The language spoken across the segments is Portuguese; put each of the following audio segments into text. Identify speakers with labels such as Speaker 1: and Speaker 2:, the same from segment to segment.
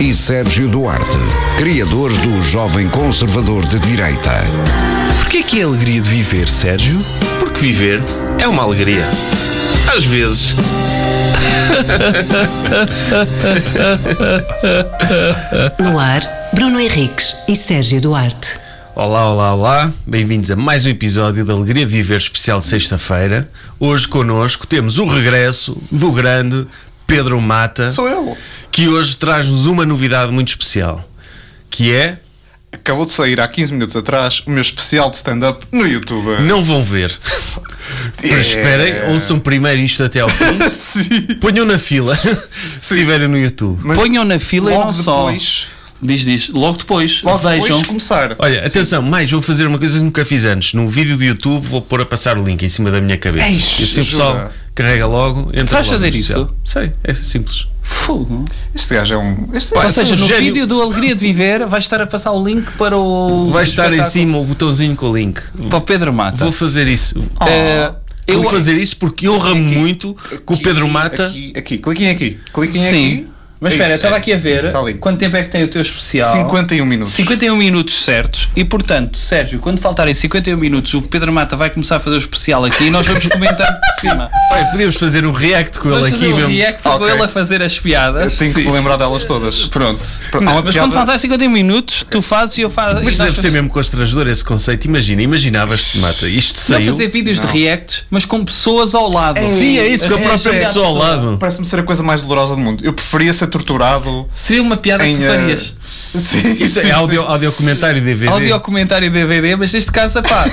Speaker 1: e Sérgio Duarte, criadores do Jovem Conservador de Direita.
Speaker 2: Porquê que é a alegria de viver, Sérgio?
Speaker 3: Porque viver é uma alegria. Às vezes.
Speaker 4: No ar, Bruno Henriques e Sérgio Duarte.
Speaker 3: Olá, olá, olá. Bem-vindos a mais um episódio da Alegria de Viver especial sexta-feira. Hoje connosco temos o regresso do grande Pedro Mata,
Speaker 5: Sou eu.
Speaker 3: que hoje traz-nos uma novidade muito especial, que é
Speaker 5: Acabou de sair há 15 minutos atrás o meu especial de stand-up no YouTube.
Speaker 3: não vão ver. Mas esperem, ouçam primeiro isto até ao fim.
Speaker 5: Sim.
Speaker 3: Ponham na fila se estiverem no YouTube.
Speaker 5: Mas
Speaker 2: Ponham na fila e
Speaker 5: Logo
Speaker 3: um
Speaker 2: não só.
Speaker 5: depois,
Speaker 2: Diz, diz. Logo depois,
Speaker 5: logo
Speaker 2: vejam.
Speaker 5: depois de começar.
Speaker 3: Olha, atenção, mais vou fazer uma coisa que nunca fiz antes. Num vídeo do YouTube vou pôr a passar o link em cima da minha cabeça.
Speaker 5: Eish,
Speaker 3: e assim o
Speaker 5: jura?
Speaker 3: pessoal carrega logo, entra
Speaker 2: Sabes
Speaker 3: logo no
Speaker 2: fazer
Speaker 3: social.
Speaker 2: isso?
Speaker 3: Sei, é simples.
Speaker 2: Fogo.
Speaker 5: Este gajo é um. Este
Speaker 3: Pá,
Speaker 2: Ou
Speaker 5: gajo-
Speaker 2: seja,
Speaker 3: sou
Speaker 2: no
Speaker 3: um gênio.
Speaker 2: vídeo do Alegria de Viver vai estar a passar o link para o.
Speaker 3: Vai estar em
Speaker 2: espetáculo-
Speaker 3: cima o botãozinho com o link.
Speaker 2: Para o Pedro Mata.
Speaker 3: Vou fazer isso.
Speaker 2: Eh, eu-
Speaker 5: Oh,
Speaker 3: eu vou fazer isso porque honra muito que o Pedro Mata.
Speaker 5: Aqui, aqui, cliquem aqui. Cliquem
Speaker 2: Sim.
Speaker 5: aqui.
Speaker 2: Mas
Speaker 5: É
Speaker 2: espera, eu
Speaker 5: isso.
Speaker 2: estava aqui a ver
Speaker 5: Está ali.
Speaker 2: quanto tempo é que tem o teu especial.
Speaker 5: 51 minutos.
Speaker 2: 51 minutos certos. E portanto, Sérgio, quando faltarem 51 minutos, o Pedro Mata vai começar a fazer o especial aqui e nós vamos comentando por cima.
Speaker 3: Olha, podíamos fazer um react com
Speaker 2: Vamos
Speaker 3: ele
Speaker 2: fazer
Speaker 3: aqui
Speaker 2: um
Speaker 3: mesmo.
Speaker 2: react com
Speaker 5: Ok.
Speaker 2: ele a fazer as piadas.
Speaker 5: Eu tenho que
Speaker 2: Sim.
Speaker 5: me lembrar delas todas. Pronto. Pronto. Há
Speaker 2: Não,
Speaker 5: uma
Speaker 2: mas
Speaker 5: piada-
Speaker 2: quando faltar 50 minutos, tu fazes e eu faço.
Speaker 3: Mas
Speaker 2: e
Speaker 3: deve
Speaker 2: nós
Speaker 3: ser mesmo constrangedor esse conceito. Imagina, imaginavas-te, Mata. Isto
Speaker 2: Não
Speaker 3: saiu.
Speaker 2: fazer vídeos de reacts, mas com pessoas ao lado.
Speaker 3: Sim, é isso, com a
Speaker 2: É,
Speaker 3: própria
Speaker 2: é,
Speaker 3: pessoa ao lado.
Speaker 5: Parece-me ser a coisa mais dolorosa do mundo. Eu preferia ser torturado
Speaker 2: Seria uma piada
Speaker 5: em.
Speaker 2: que tu
Speaker 5: eh,
Speaker 2: farias.
Speaker 5: Sim,
Speaker 3: Isso
Speaker 5: sim,
Speaker 3: é áudio,
Speaker 5: sim.
Speaker 3: áudio comentário DVD.
Speaker 2: Audio comentário DVD, mas neste caso, pá,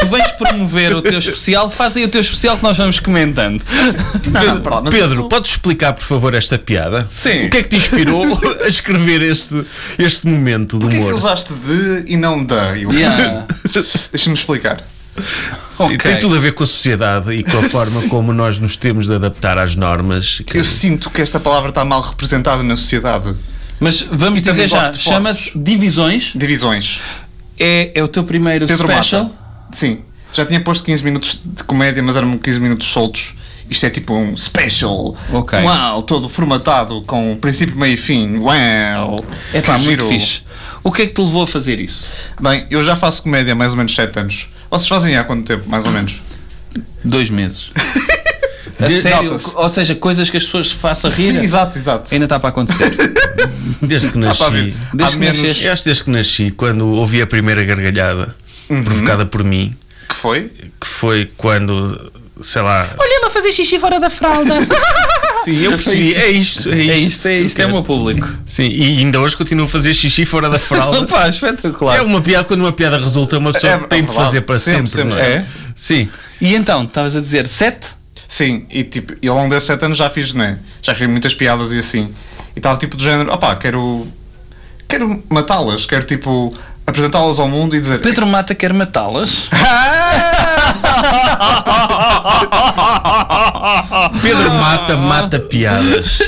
Speaker 2: tu vens promover o teu especial, faz aí o teu especial que nós vamos comentando.
Speaker 5: Ah, Não, não, pera lá, mas
Speaker 3: Pedro,
Speaker 5: isso-
Speaker 3: podes explicar, por favor, esta piada?
Speaker 5: Sim.
Speaker 3: O que é que te inspirou a escrever este, este momento do
Speaker 5: Porquê é que
Speaker 3: humor?
Speaker 5: usaste de e não da? Eu-
Speaker 2: Yeah.
Speaker 5: Deixa-me explicar.
Speaker 3: Sim,
Speaker 2: Ok.
Speaker 3: Tem tudo a ver com a sociedade e com a forma como nós nos temos de adaptar às normas. que-
Speaker 5: Eu sinto que esta palavra está mal representada na sociedade.
Speaker 2: Mas vamos
Speaker 3: é
Speaker 5: E também
Speaker 3: um
Speaker 2: dizer já,
Speaker 5: gosto de
Speaker 2: chama-se Divisões,
Speaker 5: Divisões.
Speaker 2: é, é o teu primeiro
Speaker 5: Pedro
Speaker 2: special.
Speaker 5: Mata. Sim. Já tinha posto 15 minutos de comédia, mas eram 15 minutos soltos. Isto é tipo um special. Um
Speaker 2: Ok.
Speaker 5: Uau, todo formatado com princípio, meio e fim. Uau.
Speaker 2: É pá,
Speaker 5: Que
Speaker 2: muito
Speaker 5: giro.
Speaker 2: fixe. O que é que te levou a fazer isso?
Speaker 5: Bem, eu já faço comédia há mais ou menos 7 anos. Vocês fazem há quanto tempo, mais ou menos?
Speaker 2: Dois meses. A
Speaker 3: De-
Speaker 2: sério,
Speaker 5: nota-se.
Speaker 2: ou seja, coisas que as pessoas façam rir.
Speaker 5: Sim, exato, exato.
Speaker 2: Ainda está para acontecer.
Speaker 3: Desde que
Speaker 5: Está Tá para
Speaker 3: nasci.
Speaker 5: ver.
Speaker 2: Desde que
Speaker 5: Há menos-
Speaker 2: nasceste.
Speaker 3: Eu acho que desde que nasci, quando ouvi a primeira gargalhada
Speaker 5: Uhum.
Speaker 3: provocada por mim,
Speaker 5: Que foi?
Speaker 3: que foi quando, sei lá.
Speaker 2: Olha, ela fazer xixi fora da fralda.
Speaker 3: Sim, eu percebi. É isto, é isto.
Speaker 2: É isto, é isto, é o meu público.
Speaker 3: Sim, e ainda hoje continuo a fazer xixi fora da fralda.
Speaker 2: Pá, espetacular.
Speaker 3: É uma piada, quando uma piada resulta, uma pessoa
Speaker 5: É
Speaker 3: tem de
Speaker 5: verdade.
Speaker 3: fazer para sempre.
Speaker 5: Sempre,
Speaker 3: não
Speaker 5: sempre,
Speaker 3: é?
Speaker 5: sempre.
Speaker 3: Sim.
Speaker 2: E então, estavas a dizer sete?
Speaker 5: Sim, e tipo, e ao longo desses 7 anos já fiz, né? Já fiz muitas piadas e assim. E estava tipo do género, opá, quero. Quero matá-las, quero tipo apresentá-las ao mundo e dizer.
Speaker 2: Pedro Mata quer matá-las.
Speaker 3: Pedro
Speaker 5: Ah.
Speaker 3: mata, mata piadas.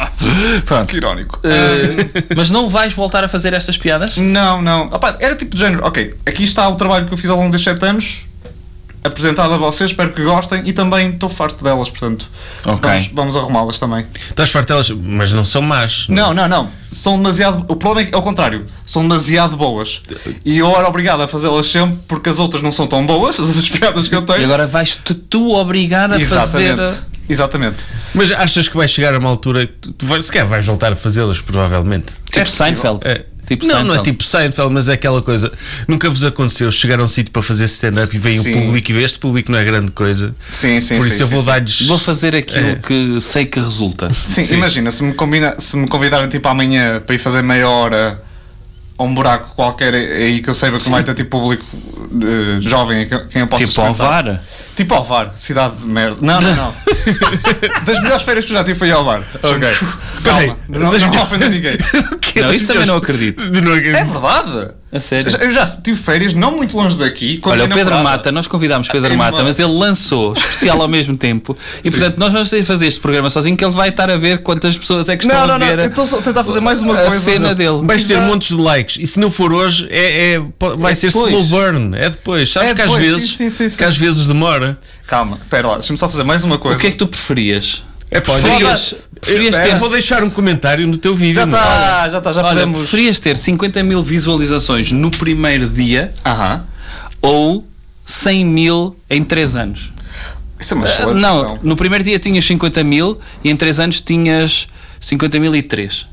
Speaker 5: Pronto. Que irónico.
Speaker 3: Eh.
Speaker 2: Mas não vais voltar a fazer estas piadas?
Speaker 5: Não, não. Opá, era tipo de género. Ok, aqui está o trabalho que eu fiz ao longo destes 7 anos, apresentado a vocês, espero que gostem e também estou farto delas, portanto.
Speaker 2: Ok.
Speaker 5: Vamos, vamos arrumá-las também.
Speaker 3: Estás fartelas, mas não são más.
Speaker 5: Não, não, não. São demasiado. O problema é, que é o contrário. São demasiado boas. E eu era obrigado a fazê-las sempre porque as outras não são tão boas, as outras piadas que eu
Speaker 2: E
Speaker 5: tenho.
Speaker 2: agora vais-te tu obrigar a fazer. eh,
Speaker 5: Exatamente. Exatamente.
Speaker 3: Mas achas que vai chegar a uma altura que tu, tu vais, se calhar vais voltar a fazê-las, provavelmente.
Speaker 2: Tipo Seinfeld.
Speaker 3: É.
Speaker 2: Tipo
Speaker 3: não,
Speaker 2: Seinfeld.
Speaker 3: não é tipo Seinfeld, mas é aquela coisa. Nunca vos aconteceu chegar a um sítio para fazer stand-up e vem o
Speaker 5: Sim.
Speaker 3: público e vê este público não é grande coisa.
Speaker 5: Sim, sim,
Speaker 3: Por
Speaker 5: sim,
Speaker 3: isso eu
Speaker 5: sim,
Speaker 3: vou
Speaker 5: sim.
Speaker 3: dar-lhes.
Speaker 2: Vou fazer aquilo
Speaker 3: É.
Speaker 2: que sei que resulta.
Speaker 5: Sim, imagina, se me, combina, se me convidarem tipo amanhã para ir fazer meia hora a um buraco qualquer aí que eu saiba que não vai ter tipo público eh, jovem a quem eu posso
Speaker 2: Tipo ao
Speaker 5: experimentar.
Speaker 2: VAR.
Speaker 5: Tipo Alvar, cidade de merda. Não, não, não. das melhores férias que eu já tive foi Alvar. Ok.
Speaker 3: Peraí,
Speaker 5: Calma, não,
Speaker 3: das
Speaker 5: não
Speaker 3: melhores-
Speaker 5: ofendas ninguém.
Speaker 3: Que
Speaker 2: Não, isso também não acredito.
Speaker 3: De novo,
Speaker 5: É verdade.
Speaker 2: A sério?
Speaker 5: Eu já tive férias não muito longe daqui. quando
Speaker 2: Olha, o
Speaker 5: minha
Speaker 2: Pedro
Speaker 5: namorada-
Speaker 2: Mata, nós convidámos Pedro
Speaker 5: minha
Speaker 2: Mata,
Speaker 5: namorada-
Speaker 2: mas ele lançou especial ao mesmo tempo. E portanto, nós vamos ter de fazer este programa sozinho, que ele vai estar a ver quantas pessoas é que estão
Speaker 5: Não, não,
Speaker 2: a
Speaker 5: não.
Speaker 2: ver.
Speaker 5: Eu estou só a tentar fazer mais uma
Speaker 2: a
Speaker 5: coisa.
Speaker 2: cena dele.
Speaker 3: Vais ter
Speaker 5: Exato.
Speaker 3: montes de likes e se não for hoje é, é- po- vai
Speaker 2: É
Speaker 3: ser
Speaker 2: depois.
Speaker 3: slow burn. É depois. Sabes
Speaker 5: É
Speaker 3: que às
Speaker 5: depois,
Speaker 3: vezes
Speaker 5: sim, sim, sim,
Speaker 3: que
Speaker 5: sim.
Speaker 3: às vezes demora.
Speaker 5: Calma, espera lá, deixa-me só fazer mais uma
Speaker 2: O
Speaker 5: coisa.
Speaker 2: que é que tu preferias?
Speaker 3: É pá, olha,
Speaker 2: Preferias-
Speaker 3: eu-
Speaker 2: preferias
Speaker 3: eu-
Speaker 2: ter-
Speaker 3: eu vou deixar um comentário no teu vídeo.
Speaker 5: é
Speaker 3: é?
Speaker 5: Já tá.
Speaker 3: meu.
Speaker 5: está, já está, já
Speaker 2: Olha,
Speaker 5: podemos.
Speaker 2: preferias ter 50 mil visualizações no primeiro dia
Speaker 5: Aham.
Speaker 2: ou 100 mil em 3 anos?
Speaker 5: Isso é uma excelente
Speaker 2: Eh, Não,
Speaker 5: questão.
Speaker 2: no primeiro dia tinhas 50 mil e em 3 anos tinhas 50 mil e 3.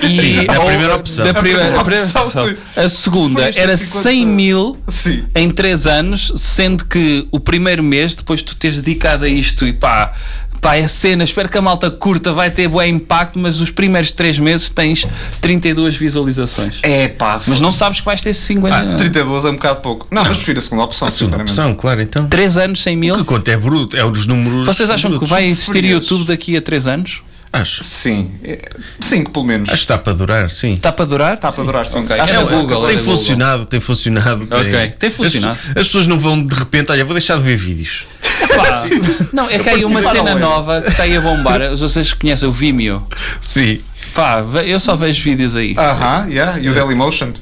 Speaker 3: Sim, a primeira opção.
Speaker 2: da
Speaker 3: A
Speaker 5: primeira
Speaker 2: a primeira
Speaker 5: opção,
Speaker 2: opção.
Speaker 5: sim.
Speaker 2: A segunda
Speaker 5: Foste
Speaker 2: era
Speaker 5: 50
Speaker 2: 100 mil
Speaker 5: Sim.
Speaker 2: em 3 anos, sendo que o primeiro mês, depois tu teres dedicado a isto e pá, pá, é a cena, espero que a malta curta, vai ter bom impacto, mas os primeiros 3 meses tens 32 visualizações.
Speaker 5: É pá,
Speaker 2: Mas não sabes que vais ter 50.
Speaker 5: Ah, 32 é um bocado pouco. Não, mas prefiro a segunda opção,
Speaker 3: A segunda
Speaker 5: sinceramente.
Speaker 3: opção, claro, então.
Speaker 2: 3 anos, 100
Speaker 3: O
Speaker 2: mil.
Speaker 3: que conta é bruto, é um dos números.
Speaker 2: Vocês acham que
Speaker 3: brutos.
Speaker 2: vai existir
Speaker 5: preferias?
Speaker 2: YouTube daqui a 3 anos?
Speaker 3: Acho.
Speaker 5: Sim. 5 pelo menos. Tá
Speaker 3: Acho que está para durar, sim.
Speaker 2: Está para Tá durar? Está
Speaker 5: para durar, É sim.
Speaker 2: Ok.
Speaker 5: Acho
Speaker 3: É
Speaker 2: Era
Speaker 5: que
Speaker 2: é Google, era
Speaker 3: tem
Speaker 2: Google.
Speaker 3: funcionado, tem funcionado.
Speaker 2: Ok, tem funcionado.
Speaker 3: As, pessoas- as pessoas não vão de repente, olha, vou deixar de ver vídeos.
Speaker 2: Pá, Não, é que há aí uma
Speaker 5: Sim.
Speaker 2: cena
Speaker 5: Sim.
Speaker 2: nova que está aí a bombar. Vocês conhecem o Vimeo?
Speaker 3: Sim.
Speaker 2: Pá, ve- eu só vejo vídeos aí.
Speaker 5: Aham, yeah.
Speaker 2: É.
Speaker 5: E o Dailymotion.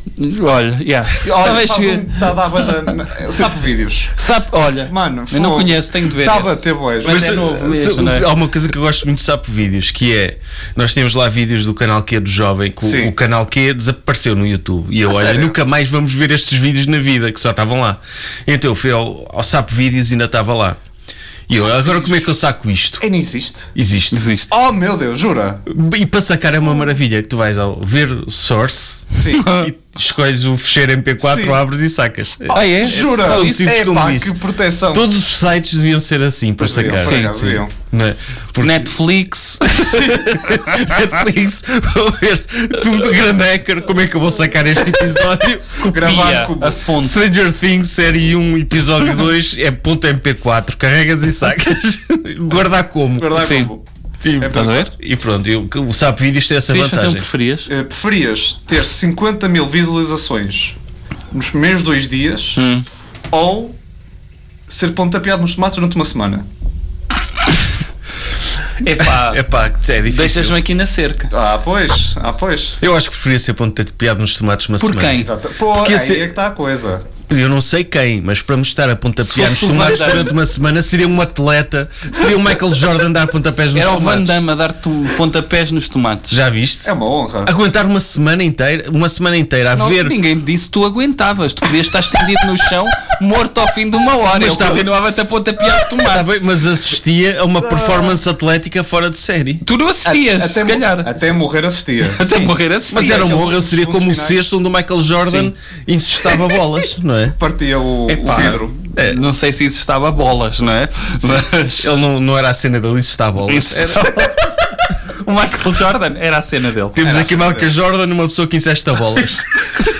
Speaker 2: Olha, um- yeah. só
Speaker 5: Olha,
Speaker 2: vejo vídeos.
Speaker 5: está a dar banda. Sabe vídeos.
Speaker 2: Sabe, olha,
Speaker 5: Mano,
Speaker 2: eu não
Speaker 5: fogo.
Speaker 2: conheço, tenho de ver.
Speaker 5: Tá a
Speaker 2: esse.
Speaker 5: bater bué,
Speaker 2: Mas
Speaker 5: mas
Speaker 2: é
Speaker 5: se-
Speaker 2: novo
Speaker 3: se-
Speaker 2: mesmo, não é?
Speaker 3: Há uma coisa que eu gosto muito de Sapo Vídeos, que é nós tínhamos lá vídeos do canal Q do jovem, que
Speaker 5: Sim.
Speaker 3: o, o canal Q desapareceu no YouTube. E eu,
Speaker 5: A
Speaker 3: olha,
Speaker 5: sério?
Speaker 3: nunca mais vamos ver estes vídeos na vida, que só estavam lá. Então eu fui ao, ao Sapo Vídeos e ainda estava lá. E eu, agora como é que eu saco isto?
Speaker 5: É, não existe.
Speaker 3: Existe. Existe.
Speaker 5: Oh meu Deus, jura?
Speaker 3: E para sacar é uma maravilha que tu vais ao ver source
Speaker 5: Sim.
Speaker 3: e escolhes o fecheiro MP4,
Speaker 5: Sim.
Speaker 3: abres e sacas.
Speaker 2: Ah, então. é?
Speaker 5: Jura?
Speaker 2: Só
Speaker 3: Tão
Speaker 2: isso?
Speaker 3: simples
Speaker 5: é
Speaker 3: como
Speaker 5: pá,
Speaker 3: isso.
Speaker 5: que proteção.
Speaker 3: Todos os sites deviam ser assim para
Speaker 5: Pois deviam,
Speaker 3: sacar.
Speaker 5: por acaso deviam.
Speaker 3: Não é? Porque
Speaker 2: Netflix.
Speaker 3: Netflix, vou ver tudo grandecker, como é que eu vou sacar este episódio?
Speaker 5: Gravar com-
Speaker 2: a fonte.
Speaker 3: Stranger Things, série 1, episódio 2, é ponto .mp4, carregas e sacas. Guardar como?
Speaker 5: Guardar
Speaker 2: Sim.
Speaker 5: como?
Speaker 3: Sim,
Speaker 5: Estás
Speaker 2: a ver?
Speaker 3: E pronto, e o, o SAP Vídeos tem é essa
Speaker 2: Preferias fazer um
Speaker 3: vantagem.
Speaker 2: preferias?
Speaker 5: Eh, preferias ter 50 mil visualizações nos primeiros dois dias ou ser pontapeado nos tomates durante uma semana?
Speaker 2: Epá,
Speaker 3: É pá, é difícil.
Speaker 2: deixas-me aqui na cerca.
Speaker 5: Ah, pois, ah, pois.
Speaker 3: Eu acho que preferia ser ponto de piada nos tomates uma
Speaker 2: Por
Speaker 3: semana.
Speaker 2: quem?
Speaker 5: Exato. Pô,
Speaker 3: Porque
Speaker 5: aí
Speaker 3: se-
Speaker 5: é que está a coisa.
Speaker 3: Eu não sei quem, mas para me estar a pontapés nos
Speaker 2: fosse o
Speaker 3: tomates
Speaker 2: Van Damme.
Speaker 3: durante uma semana seria um atleta, seria o Michael Jordan dar pontapés nos
Speaker 2: Era o Van
Speaker 3: tomates.
Speaker 2: Damme a dar-te um pontapés nos tomates.
Speaker 3: Já viste?
Speaker 5: É uma honra.
Speaker 3: Aguentar uma semana inteira, uma semana inteira a
Speaker 2: Não,
Speaker 3: ver.
Speaker 2: Ninguém te disse que tu aguentavas. Tu podias estar estendido no chão, morto ao fim de uma hora.
Speaker 3: Mas
Speaker 2: Mas
Speaker 3: estava-
Speaker 2: continuava-te a pontapear os
Speaker 3: Tá
Speaker 2: tomates.
Speaker 3: bem, mas assistia a uma performance atlética fora de série.
Speaker 2: Tu não assistias,
Speaker 5: até,
Speaker 2: se
Speaker 5: mo-
Speaker 2: calhar.
Speaker 5: até morrer assistia.
Speaker 2: Até morrer assistias.
Speaker 3: Mas era um honra, eu
Speaker 5: aqueles
Speaker 3: seria como o
Speaker 5: segundos finais.
Speaker 3: sexto onde o Michael Jordan incestava bolas, não é?
Speaker 5: Partia o, o
Speaker 2: Epá,
Speaker 5: vidro.
Speaker 2: é, Não sei se isso estava a bolas, não é? Mas.
Speaker 3: Ele não, não era a cena dele incestar bolas.
Speaker 2: Isso
Speaker 3: Era-
Speaker 2: estava- o Michael Jordan era a cena dele.
Speaker 3: Temos
Speaker 5: Era
Speaker 3: aqui
Speaker 5: a cena
Speaker 3: Michael Jordan, uma pessoa que incesta bolas.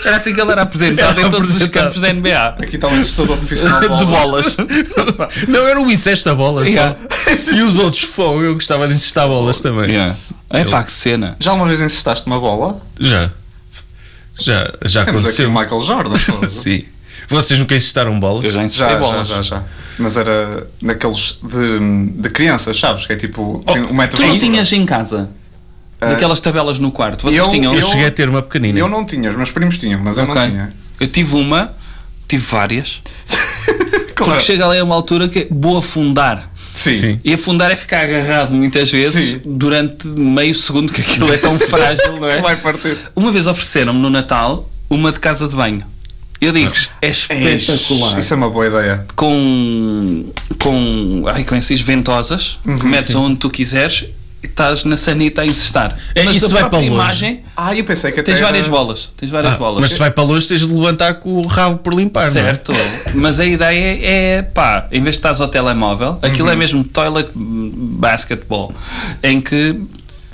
Speaker 2: Era assim que ele era apresentado
Speaker 3: Era
Speaker 2: em todos os
Speaker 3: apresentado.
Speaker 2: campos da NBA.
Speaker 5: Aqui está um assistador profissional de
Speaker 2: De
Speaker 5: bola.
Speaker 2: bolas.
Speaker 3: não, era o incesta bolas. só.
Speaker 2: Yeah.
Speaker 3: E os outros fogo, eu gostava de incestar bolas também.
Speaker 2: É pá, que cena.
Speaker 5: Já uma vez encestaste uma bola?
Speaker 3: Já. Já, já
Speaker 5: Temos É, aqui
Speaker 3: aconteceu.
Speaker 5: o Michael Jordan. pô.
Speaker 3: Sim. Vocês nunca incestaram bolas?
Speaker 2: Eu já
Speaker 5: Já,
Speaker 2: encestei
Speaker 5: já,
Speaker 2: bolas.
Speaker 5: já, já. Mas era naqueles de, de crianças, sabes? Que é tipo tem um metro de
Speaker 2: Tu não
Speaker 5: altura.
Speaker 2: tinhas em casa? Daquelas tabelas no quarto. Vocês
Speaker 5: Eu-
Speaker 2: tinham?
Speaker 3: Eu,
Speaker 5: eu-
Speaker 3: cheguei a ter uma pequenina.
Speaker 5: Eu não tinha, os meus primos tinham, mas eu
Speaker 2: Ok.
Speaker 5: não tinha.
Speaker 2: Eu tive uma, tive várias.
Speaker 5: Claro.
Speaker 2: Porque chega ali a uma altura que é vou afundar.
Speaker 5: Sim.
Speaker 3: Sim.
Speaker 2: E afundar é ficar agarrado muitas vezes
Speaker 5: Sim.
Speaker 2: durante meio segundo que aquilo é tão frágil, não é?
Speaker 5: Vai partir.
Speaker 2: Uma vez ofereceram-me no Natal uma de casa de banho. Eu digo, é espetacular.
Speaker 5: Isso é uma boa ideia.
Speaker 2: Com. com. Ai, como é que se diz? Ventosas, que metes onde tu quiseres e estás na sanita a insistar.
Speaker 3: É,
Speaker 2: Mas
Speaker 3: isso
Speaker 2: a
Speaker 3: vai
Speaker 2: própria
Speaker 3: para longe.
Speaker 2: imagem.
Speaker 5: Ah, eu pensei que até.
Speaker 2: Tens
Speaker 5: era-
Speaker 2: várias bolas. Tens várias
Speaker 3: Ah,
Speaker 2: bolas.
Speaker 3: mas se vai para longe, tens de levantar com o rabo por limpar, não é?
Speaker 2: Certo, mas a ideia é pá, em vez de estás ao telemóvel, aquilo
Speaker 3: Uhum.
Speaker 2: é mesmo toilet basketball, em que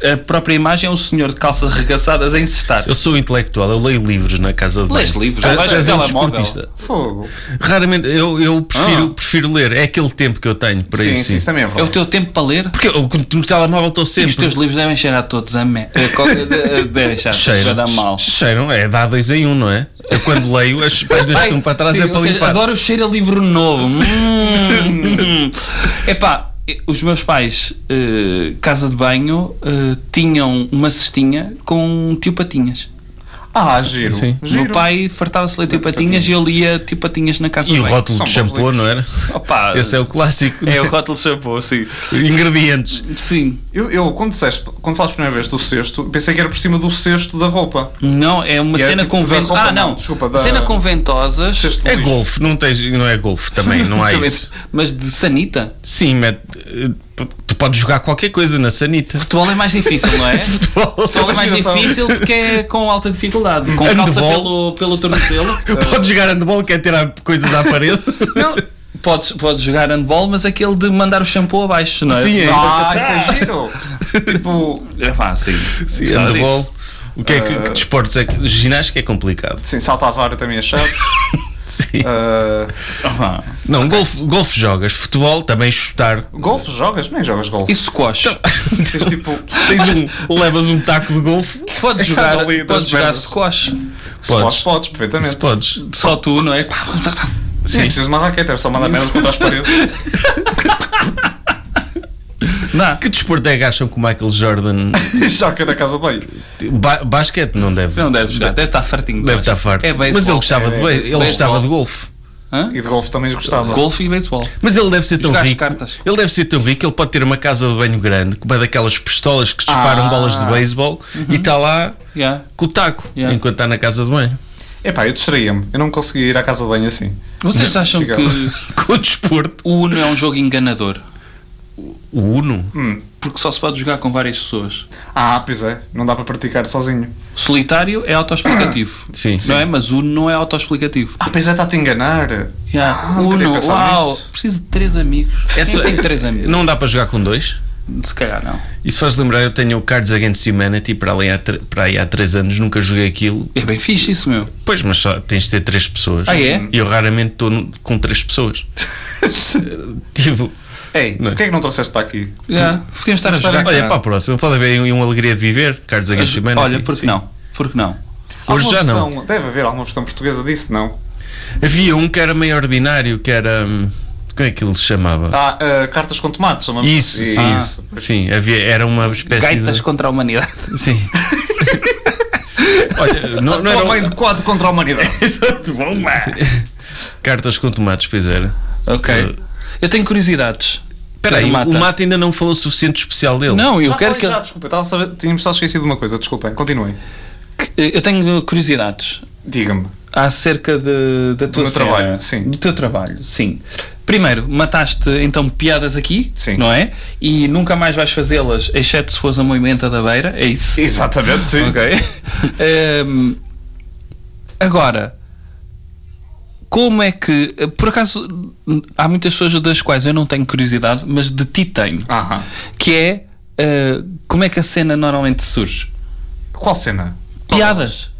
Speaker 2: a própria imagem é um senhor de calças arregaçadas a incestar.
Speaker 3: Eu sou um intelectual, eu leio livros na casa de banho.
Speaker 2: Lês livros,
Speaker 3: Tu és-
Speaker 2: não vais
Speaker 3: tu és
Speaker 2: ao
Speaker 3: um
Speaker 2: telemóvel.
Speaker 3: desportista.
Speaker 5: Fogo.
Speaker 3: Raramente, eu, eu prefiro, prefiro ler. É aquele tempo que eu tenho para
Speaker 5: Ah. Sim,
Speaker 3: isso.
Speaker 5: sim, isso também é
Speaker 2: É o
Speaker 5: verdade.
Speaker 2: teu tempo para ler
Speaker 3: Porque eu quando- no telemóvel estou
Speaker 2: e
Speaker 3: sempre.
Speaker 2: os teus livros devem cheirar todos a me... a co- de- de- Devem cheirar todos a
Speaker 3: cheiram,
Speaker 2: dar mal.
Speaker 3: cheiram, é dá dois em um, não é? Eu quando leio, as páginas que
Speaker 2: Ai,
Speaker 3: estão para trás
Speaker 2: sim,
Speaker 3: é
Speaker 2: ou
Speaker 3: para
Speaker 2: seja,
Speaker 3: limpar.
Speaker 2: Adoro o cheiro a livro novo. Hum, hum. Epá, os meus pais, eh, casa de banho, eh, tinham uma cestinha com tio Patinhas.
Speaker 5: Ah, giro.
Speaker 3: Sim.
Speaker 5: giro.
Speaker 2: meu pai fartava-se de ler tio Patinhas e eu lia tio Patinhas na casa
Speaker 3: E o
Speaker 2: do
Speaker 3: rótulo
Speaker 5: são
Speaker 3: de
Speaker 5: bons
Speaker 3: shampoo,
Speaker 5: livros.
Speaker 3: não era?
Speaker 2: Opa,
Speaker 3: Esse é o clássico.
Speaker 2: é o rótulo de shampoo, sim.
Speaker 3: Ingredientes.
Speaker 2: Sim.
Speaker 5: Eu, eu, quando, disseste, quando falaste a primeira vez do cesto, pensei que era por cima do cesto da roupa.
Speaker 2: Não, é uma
Speaker 5: E é
Speaker 2: cena
Speaker 5: tipo da
Speaker 2: com ventosas.
Speaker 5: roupa,
Speaker 2: Ah, não.
Speaker 5: não, desculpa, da-
Speaker 2: Cena com ventosas.
Speaker 5: Cesto de
Speaker 3: É
Speaker 5: lixo.
Speaker 3: golfe, não, tens, não é golfe também, não há
Speaker 2: Também-
Speaker 3: isso.
Speaker 2: Mas de sanita.
Speaker 3: Sim, mete- eh, tu podes jogar qualquer coisa na sanita.
Speaker 2: Futebol é mais difícil, não é? Futebol é mais
Speaker 5: Imaginação.
Speaker 2: difícil porque é com alta dificuldade. Com calça
Speaker 3: Handball.
Speaker 2: pelo, pelo tornozelo.
Speaker 3: Podes jogar handball, quer tirar coisas à parede.
Speaker 2: Não, podes, podes jogar handball, mas aquele de mandar o shampoo abaixo, não é?
Speaker 3: Sim, é.
Speaker 5: Ah, isso é giro. tipo,
Speaker 2: É pá, sim.
Speaker 3: Sim,
Speaker 2: Gostava
Speaker 3: handball.
Speaker 2: disso.
Speaker 3: O que é que, que desportos é que. Ginástica é complicado.
Speaker 5: sim, salta à vara também é chato.
Speaker 3: Sim.
Speaker 5: Ah,
Speaker 2: Ah,
Speaker 3: Não, golfe, golfe jogas, futebol também chutar.
Speaker 5: golfe jogas? Nem jogas golfe.
Speaker 2: E squash?
Speaker 5: Tens tipo.
Speaker 3: Tens um, levas um taco de golfe.
Speaker 2: Podes jogar,
Speaker 5: Estás ali,
Speaker 2: podes
Speaker 5: das
Speaker 2: jogar
Speaker 5: merdas.
Speaker 2: squash.
Speaker 5: Podes, podes, perfeitamente.
Speaker 3: Se podes.
Speaker 2: Só tu, não é?
Speaker 5: Sim, preciso de uma raquete, era só mandar merda contra as paredes.
Speaker 2: Não.
Speaker 3: Que desporto é que acham que o Michael Jordan.
Speaker 5: E Joga na casa de banho.
Speaker 3: Ba- basquete não deve.
Speaker 2: Não deve jogar, deve estar fartinho.
Speaker 3: Deve
Speaker 2: Jorge.
Speaker 3: estar farto.
Speaker 2: É beisebol.
Speaker 3: Mas ele gostava de
Speaker 5: é
Speaker 3: be- ele
Speaker 2: beisebol.
Speaker 3: gostava de golfe.
Speaker 2: Hã?
Speaker 5: E de golfe também gostava.
Speaker 2: Golfe e beisebol.
Speaker 3: Mas ele deve ser tão
Speaker 2: Jogar as
Speaker 3: rico.
Speaker 2: cartas.
Speaker 3: Ele deve ser tão rico, ele pode ter uma casa de banho grande, com uma daquelas pistolas que disparam
Speaker 5: Ah.
Speaker 3: bolas de beisebol e está lá
Speaker 2: Yeah.
Speaker 3: com o taco,
Speaker 2: Yeah.
Speaker 3: enquanto está na casa de banho.
Speaker 5: Epá, eu distraía-me. Eu não conseguia ir à casa de banho assim.
Speaker 2: Vocês acham
Speaker 5: Fica-
Speaker 2: que
Speaker 3: com o desporto.
Speaker 2: o Uno é um jogo enganador?
Speaker 3: O Uno.
Speaker 2: Porque só se pode jogar com várias pessoas.
Speaker 5: Ah, pois é. Não dá para praticar sozinho.
Speaker 2: Solitário é autoexplicativo.
Speaker 3: Sim.
Speaker 2: Não é? Mas Uno não é autoexplicativo.
Speaker 5: Ah, pois é, está-te a enganar.
Speaker 3: Ah,
Speaker 2: Yeah.
Speaker 5: nunca tinha
Speaker 2: Uno,
Speaker 5: pensado
Speaker 2: uau,
Speaker 5: nisso.
Speaker 2: preciso de três amigos. Quem tem três amigos?
Speaker 3: Não dá para jogar com dois?
Speaker 2: Se calhar não.
Speaker 3: Isso faz lembrar, eu tenho o Cards Against Humanity para, ali há tre- para aí há 3 anos, nunca joguei aquilo.
Speaker 2: É bem fixe isso, meu.
Speaker 3: Pois, mas só tens de ter 3 pessoas.
Speaker 2: Ah, é?
Speaker 3: E eu raramente estou no- com 3 pessoas. tipo,
Speaker 5: Ei,
Speaker 3: Não.
Speaker 5: porquê é que não trouxeste para aqui?
Speaker 2: Yeah. Podíamos estar a jogar.
Speaker 3: olha, para a próxima, pode haver aí uma alegria de viver, Cards Against Humanity.
Speaker 2: Olha, porque
Speaker 3: Sim.
Speaker 2: não? Porque não?
Speaker 5: Há
Speaker 3: Hoje
Speaker 5: uma
Speaker 3: já não.
Speaker 5: versão, Deve haver alguma versão portuguesa disso, não?
Speaker 3: Havia um que era meio ordinário, que era. hum, Como é que ele se chamava?
Speaker 5: Ah, ah, cartas com tomates. chamamos-
Speaker 3: isso, sim.
Speaker 5: isso.
Speaker 3: Sim, havia, era uma espécie
Speaker 2: Gaitas
Speaker 3: de.
Speaker 2: contra a humanidade.
Speaker 3: Sim. Olha, não, não era. um-
Speaker 5: Homem de quadro contra a humanidade.
Speaker 3: Exato, bom, Cartas com tomates, pois era.
Speaker 2: Ok.
Speaker 3: Uh,
Speaker 2: Eu tenho curiosidades.
Speaker 3: Espera aí,
Speaker 2: Pedro
Speaker 3: o Mata ainda não falou o suficiente especial dele.
Speaker 2: Não, eu
Speaker 5: Já
Speaker 2: quero
Speaker 5: falei,
Speaker 2: que.
Speaker 5: Já, desculpa, estava só a ver- tínhamos só esquecido de uma coisa, desculpem, continuem.
Speaker 2: que- Eu tenho curiosidades
Speaker 5: Diga-me.
Speaker 2: acerca de, da tua
Speaker 5: meu
Speaker 2: cena.
Speaker 5: trabalho, sim.
Speaker 2: Do teu trabalho, sim. Primeiro, mataste então piadas aqui,
Speaker 5: Sim.
Speaker 2: não é? E nunca mais vais fazê-las, exceto se fores a Moimenta da Beira, é isso?
Speaker 5: Exatamente, sim.
Speaker 2: Ok. Ehm, agora, como é que. Por acaso, há muitas pessoas das quais eu não tenho curiosidade, mas de ti tenho.
Speaker 5: Aham.
Speaker 2: Que é. eh, como é que a cena normalmente surge?
Speaker 5: Qual cena?
Speaker 2: Piadas.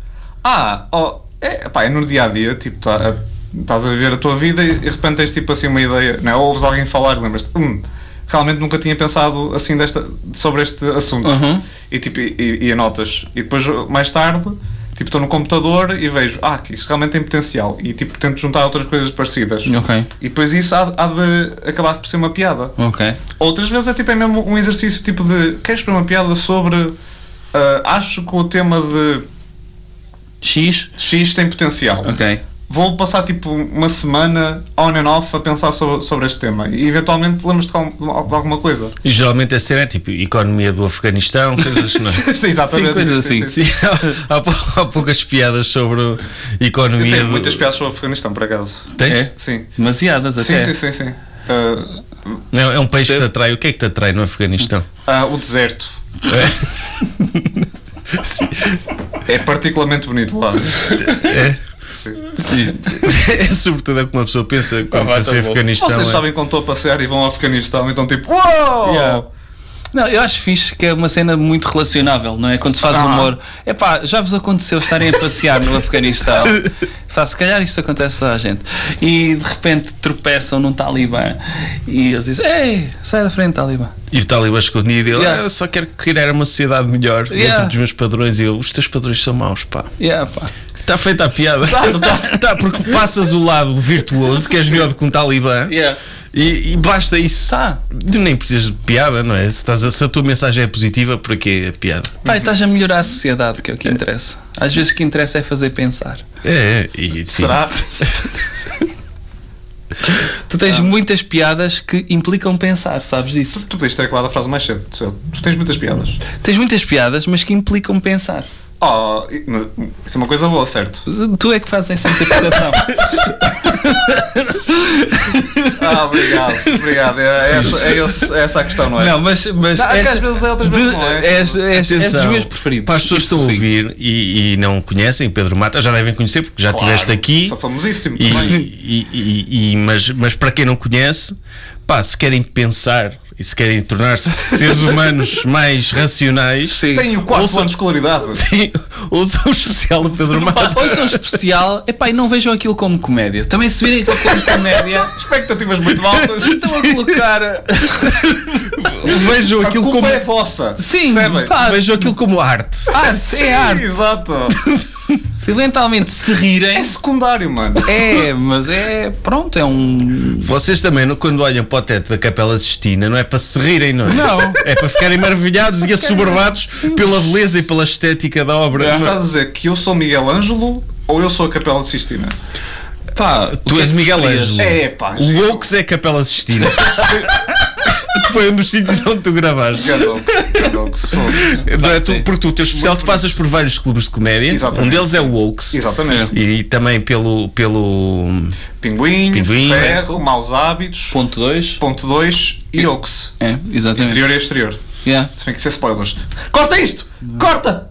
Speaker 5: Ah, oh, é, pá, é no dia a dia, tipo, tá, a- estás a viver a tua vida e de repente tens tipo assim uma ideia, não é? Ou ouves alguém falar e lembras-te, hum, realmente nunca tinha pensado assim desta, sobre este assunto.
Speaker 2: Uhum.
Speaker 5: E tipo, e, e- e anotas. E depois, mais tarde, tipo, estou no computador e vejo, ah, que isto realmente tem potencial. E tipo, tento juntar outras coisas parecidas.
Speaker 2: Ok.
Speaker 5: E depois isso há, há de acabar por ser uma piada.
Speaker 2: Ok.
Speaker 5: Outras vezes é tipo é mesmo um exercício tipo de queres para uma piada sobre ah, acho que o tema de
Speaker 2: X.
Speaker 5: X tem potencial.
Speaker 2: Ok.
Speaker 5: Vou passar tipo uma semana on and off a pensar sobre, sobre este tema e eventualmente lembras-te de al- de alguma coisa.
Speaker 3: E geralmente a cena é tipo economia do Afeganistão, coisas não.
Speaker 5: Sim, exatamente.
Speaker 2: Sim, coisas assim,
Speaker 3: Sim, há, há pou- há poucas piadas sobre
Speaker 5: Eu
Speaker 3: economia.
Speaker 5: tenho
Speaker 3: do-
Speaker 5: muitas piadas sobre o Afeganistão, por acaso.
Speaker 3: Tens?
Speaker 2: É?
Speaker 5: Sim.
Speaker 2: Demasiadas
Speaker 5: Sim,
Speaker 2: até.
Speaker 5: sim, sim, sim. Ah,
Speaker 3: É, é um país que te atrai. O que é que te atrai no Afeganistão?
Speaker 5: ah, o deserto. É particularmente bonito lá.
Speaker 3: É,
Speaker 5: Sim.
Speaker 3: sim. é sobretudo é o que uma pessoa pensa quando
Speaker 2: vá,
Speaker 3: pensa
Speaker 2: tá
Speaker 3: em
Speaker 2: bom.
Speaker 3: Afeganistão.
Speaker 5: Vocês
Speaker 3: é-
Speaker 5: sabem quando estou a passear e vão ao Afeganistão, então tipo, uou!
Speaker 2: Yeah. Não, eu acho fixe que é uma cena muito relacionável, não é? Quando se faz
Speaker 5: Ah.
Speaker 2: humor. É pá, já vos aconteceu estarem a passear no Afeganistão? Pá, se calhar isto acontece a gente. E de repente tropeçam num talibã e eles dizem: Ei, sai da frente, talibã.
Speaker 3: E o Talibã escondido, ele,
Speaker 2: Yeah.
Speaker 3: "Ah, eu só quero criar uma sociedade melhor
Speaker 2: Yeah.
Speaker 3: dentro dos meus padrões. E eu, os teus padrões são maus, pá.
Speaker 2: Yeah, pá.
Speaker 3: Está feita a piada. Tá, porque passas o lado virtuoso, que és melhor do que um Talibã,
Speaker 2: Yeah.
Speaker 3: e, e basta isso.
Speaker 2: Tá.
Speaker 3: Tu nem precisas de piada, não é? Se, estás a, se a tua mensagem é positiva, por que a piada?
Speaker 5: Uhum.
Speaker 2: Pá, e estás a melhorar a sociedade, que é o que interessa. Às vezes o que interessa é fazer pensar.
Speaker 3: É, é, e sim.
Speaker 5: Será?
Speaker 2: Tu tens
Speaker 5: Ah.
Speaker 2: muitas piadas que implicam pensar, sabes disso?
Speaker 5: tu podias ter acabado a frase mais cedo. Tu tu tens muitas piadas.
Speaker 2: Tens muitas piadas, mas que implicam pensar.
Speaker 5: Oh, e- mas isso é uma coisa boa, certo?
Speaker 2: Tu é que fazes essa interpretação.
Speaker 5: Ah, obrigado, obrigado. É, é essa, é esse- é essa a questão, não é?
Speaker 2: Não, mas, mas
Speaker 5: Não, é que
Speaker 2: és-
Speaker 5: às vezes é, outras
Speaker 2: de-
Speaker 5: vezes não é.
Speaker 2: és- és- és dos
Speaker 3: Atenção,
Speaker 2: meus preferidos.
Speaker 3: Para as pessoas que
Speaker 2: Isso
Speaker 3: estão a
Speaker 2: sim.
Speaker 3: ouvir e, e não conhecem Pedro Mata, já devem conhecer porque já estiveste aqui.
Speaker 5: sou famosíssimo
Speaker 3: E-
Speaker 5: também.
Speaker 3: e- e- e- mas, mas para quem não conhece, pá, se querem pensar e se querem tornar-se seres humanos mais racionais,
Speaker 2: Sim.
Speaker 5: Tenho 4
Speaker 3: Ouçam-
Speaker 5: anos de escolaridade.
Speaker 3: sim, ouçam o especial do Pedro Mata.
Speaker 2: Ouçam especial, epá, e não vejam aquilo como comédia. Também se virem aquilo como comédia,
Speaker 5: Expectativas muito altas.
Speaker 2: estão a colocar.
Speaker 3: Vejam
Speaker 5: A
Speaker 3: aquilo
Speaker 5: culpa
Speaker 3: como,
Speaker 5: é vossa.
Speaker 2: Sim,
Speaker 5: Percebem?
Speaker 2: pá,
Speaker 3: vejam aquilo como arte.
Speaker 2: Ah,
Speaker 5: Sim,
Speaker 2: é arte.
Speaker 5: Exato.
Speaker 2: Se eventualmente se
Speaker 5: É
Speaker 2: rirem.
Speaker 5: secundário, mano.
Speaker 2: É, mas é. Pronto, é um.
Speaker 3: Vocês também, não- quando olham para o teto da Capela Sistina, não é para se rirem, não é?
Speaker 2: Não.
Speaker 3: É para ficarem maravilhados e assoberbados pela beleza e pela estética da obra.
Speaker 5: Tu Estás a dizer que eu sou Miguel Ângelo ou eu sou a Capela de Sistina?
Speaker 3: Pá, tu és Miguel Ângelo.
Speaker 5: É, pá.
Speaker 3: O Loucos é Capela Sistina. Foi um dos sítios onde tu gravaste.
Speaker 5: Gadox, Gadox, fogo.
Speaker 3: Não é? Tu-
Speaker 5: sim.
Speaker 3: porque tu, o teu especial, tu passas por vários clubes de comédia.
Speaker 5: Exatamente.
Speaker 3: Um deles é o Oaks.
Speaker 5: Exatamente.
Speaker 3: E também pelo. pelo
Speaker 5: Pinguim,
Speaker 3: Pinguim,
Speaker 5: ferro, maus hábitos,
Speaker 2: Ponto 2.
Speaker 5: ponto 2 e ox.
Speaker 2: É, exatamente.
Speaker 5: Interior e exterior.
Speaker 2: Yeah.
Speaker 5: Se bem que isso é spoilers. Corta isto! Corta!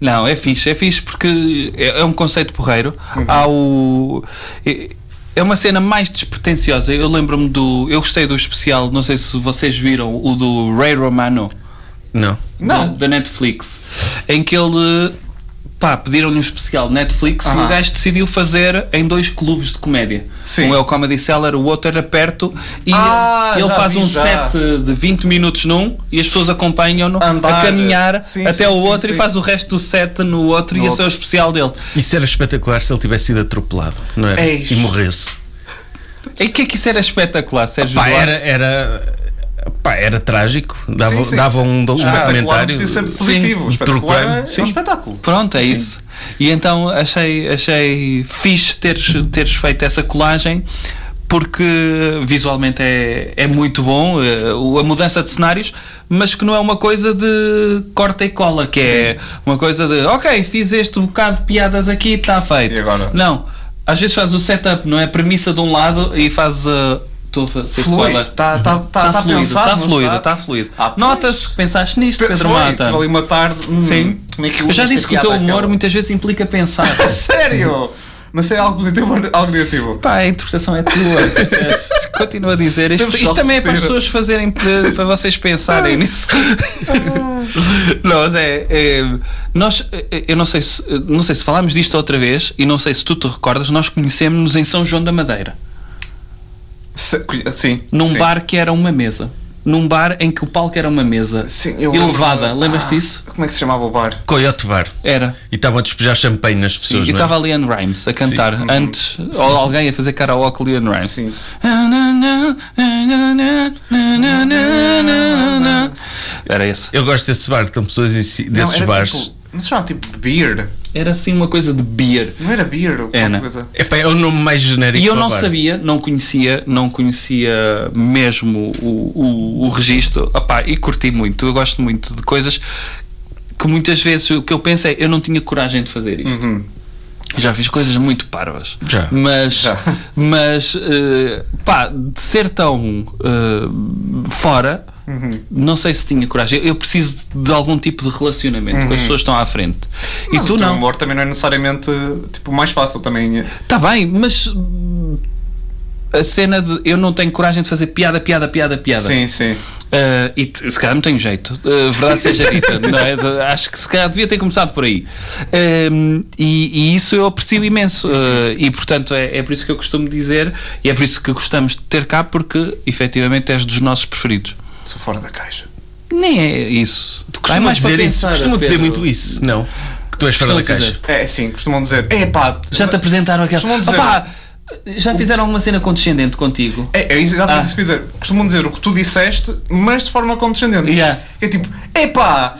Speaker 2: Não, é fixe, é fixe porque é, é um conceito porreiro. Há o. É, é uma cena mais despretensiosa. Eu lembro-me do. Eu gostei do especial, não sei se vocês viram, o do Ray Romano.
Speaker 3: não.
Speaker 5: Não.
Speaker 2: Da, da Netflix. Em que ele. Pá, pediram-lhe um especial Netflix e
Speaker 5: Aham.
Speaker 2: o gajo decidiu fazer em dois clubes de comédia.
Speaker 5: Sim.
Speaker 2: Um é o Comedy Cellar, o outro era perto. E
Speaker 5: Ah,
Speaker 2: ele, ele
Speaker 5: já
Speaker 2: faz
Speaker 5: vi,
Speaker 2: um
Speaker 5: já.
Speaker 2: set de 20 minutos num e as pessoas acompanham-no
Speaker 5: Andar.
Speaker 2: a caminhar
Speaker 5: Sim,
Speaker 2: até
Speaker 5: sim,
Speaker 2: o
Speaker 5: sim,
Speaker 2: outro
Speaker 5: sim.
Speaker 2: e faz o resto do set no outro
Speaker 5: No
Speaker 2: e esse é o
Speaker 5: outro.
Speaker 2: especial dele.
Speaker 3: Isso era espetacular se ele tivesse sido atropelado, não era?
Speaker 5: É isso.
Speaker 3: E morresse.
Speaker 2: E o que é que isso era espetacular, Sérgio?
Speaker 3: Pá,
Speaker 2: Duarte?
Speaker 3: era, era, pá, era trágico. Dava,
Speaker 5: Sim, sim.
Speaker 3: dava um, um
Speaker 5: Espetacular,
Speaker 3: documentário.
Speaker 5: precisa sempre
Speaker 3: Sim.
Speaker 5: positivo.
Speaker 3: Um
Speaker 5: espetacular
Speaker 3: true crime,
Speaker 5: é,
Speaker 3: sim.
Speaker 5: é um espetáculo.
Speaker 2: Pronto, é isso. E então achei, achei fixe teres, teres feito essa colagem porque visualmente é, é muito bom eh, o- a mudança de cenários, mas que não é uma coisa de corta e cola, que é uma coisa de ok, fiz este bocado de piadas aqui está feito.
Speaker 5: E agora?
Speaker 2: Não. Às vezes faz o setup, não é? A premissa de um lado e faz a. Estou a fazer
Speaker 5: Flui.
Speaker 2: spoiler.
Speaker 5: Tá- tá- tá- tá
Speaker 2: fluido,
Speaker 5: pensado,
Speaker 2: tá
Speaker 5: não
Speaker 2: fluido,
Speaker 5: está?
Speaker 2: tá fluido.
Speaker 5: Ah, pois.
Speaker 2: Notas que pensaste nisto,
Speaker 5: Pe-
Speaker 2: Pedro
Speaker 5: foi,
Speaker 2: Mata.
Speaker 5: tive ali uma tarde. hum,
Speaker 2: Sim.
Speaker 5: Como é que
Speaker 2: Eu já
Speaker 5: uso
Speaker 2: disse
Speaker 5: esta
Speaker 2: que o teu
Speaker 5: piada
Speaker 2: humor
Speaker 5: àquela?
Speaker 2: muitas vezes implica pensar.
Speaker 5: A Sério! Mas é algo positivo ou algo negativo?
Speaker 2: Pá, a interpretação é tua. percebes? Continua a dizer. Isto,
Speaker 5: Temos
Speaker 2: isto
Speaker 5: só
Speaker 2: também é para as
Speaker 5: repetir. Ah.
Speaker 2: pessoas fazerem, para para vocês pensarem nisso. nós é, é- Nós, eh, eu não sei, se, eh, não sei se falámos disto outra vez e não sei se tu te recordas, nós conhecemos-nos em São João da Madeira,
Speaker 5: Se- cu- Sim.
Speaker 2: num
Speaker 5: sim.
Speaker 2: bar que era uma mesa. Num bar em que o palco era uma mesa
Speaker 5: Sim, eu
Speaker 2: elevada.
Speaker 5: lembro-me.
Speaker 2: Lembras-te
Speaker 5: Ah,
Speaker 2: disso?
Speaker 5: Como é que se chamava o bar?
Speaker 3: Coyote Bar.
Speaker 2: Era.
Speaker 3: E estavam a despejar champanhe nas pessoas.
Speaker 2: e
Speaker 3: não é?
Speaker 2: estava a Leanne Rimes a cantar
Speaker 5: Sim.
Speaker 2: antes, ou alguém a fazer karaoke Leanne Rimes.
Speaker 5: Sim.
Speaker 2: Era esse.
Speaker 3: Eu gosto desse bar, que estão pessoas em si-
Speaker 5: Não,
Speaker 3: desses
Speaker 5: era
Speaker 3: bares.
Speaker 5: Tipo, não se chamava tipo beer.
Speaker 2: Era assim uma coisa de beer.
Speaker 5: Não era beer ou
Speaker 2: É,
Speaker 5: qualquer
Speaker 2: não.
Speaker 5: coisa.
Speaker 3: Epá, é o nome mais genérico.
Speaker 2: E eu
Speaker 3: para
Speaker 2: não
Speaker 3: bar.
Speaker 2: sabia, não conhecia, não conhecia mesmo o, o, o registro. Opá, e curti muito. Eu gosto muito de coisas que muitas vezes o que eu penso é eu não tinha coragem de fazer isto. Já fiz coisas muito parvas.
Speaker 3: Já.
Speaker 2: Mas,
Speaker 5: Uhum. Já.
Speaker 2: mas eh, pá, de ser tão eh, fora,
Speaker 5: Uhum.
Speaker 2: não sei se tinha coragem. Eu, eu preciso de algum tipo de relacionamento com as pessoas que estão à frente.
Speaker 5: Uhum. Mas
Speaker 2: e tu
Speaker 5: o teu
Speaker 2: não.
Speaker 5: humor também não é necessariamente tipo, o mais fácil também.
Speaker 2: Tá bem, mas hum, a cena de eu não tenho coragem de fazer piada, piada, piada, piada.
Speaker 5: Sim, sim.
Speaker 2: Ah, e t- se calhar não tenho jeito, Ah, verdade seja dita, não é? De- acho que se calhar devia ter começado por aí. Ahm, e, e isso eu aprecio imenso. Ah, e portanto é, é por isso que eu costumo dizer, e é por isso que gostamos de ter cá, porque efetivamente és dos nossos preferidos.
Speaker 5: Sou fora da caixa.
Speaker 2: Nem é isso. Tu
Speaker 3: Costumo dizer isso. Costumo dizer muito isso. Não. Que tu és fora da caixa.
Speaker 5: É, sim, costumam dizer. É pá,
Speaker 2: Já te apresentaram aquela.
Speaker 5: Costumam dizer-
Speaker 2: Opá, já fizeram alguma cena condescendente contigo?
Speaker 5: É, é exatamente
Speaker 2: Ah.
Speaker 5: isso que eu ia dizer. Costumam dizer o que tu disseste, mas de forma condescendente.
Speaker 2: Yeah.
Speaker 5: É tipo, epá,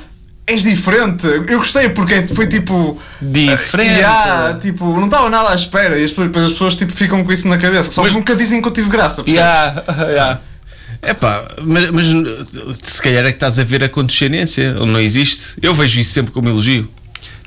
Speaker 5: És diferente. Eu gostei porque foi tipo.
Speaker 2: Diferente.
Speaker 5: Yeah, tipo, não estava nada à espera. E as pessoas, depois as pessoas tipo, ficam com isso na cabeça. Só
Speaker 3: Mas-
Speaker 5: nunca dizem que eu tive graça. percebes?
Speaker 2: Yeah, yeah.
Speaker 3: É pá, mas, mas se calhar é que estás a ver a condescendência, ou não existe. Eu vejo isso sempre como elogio.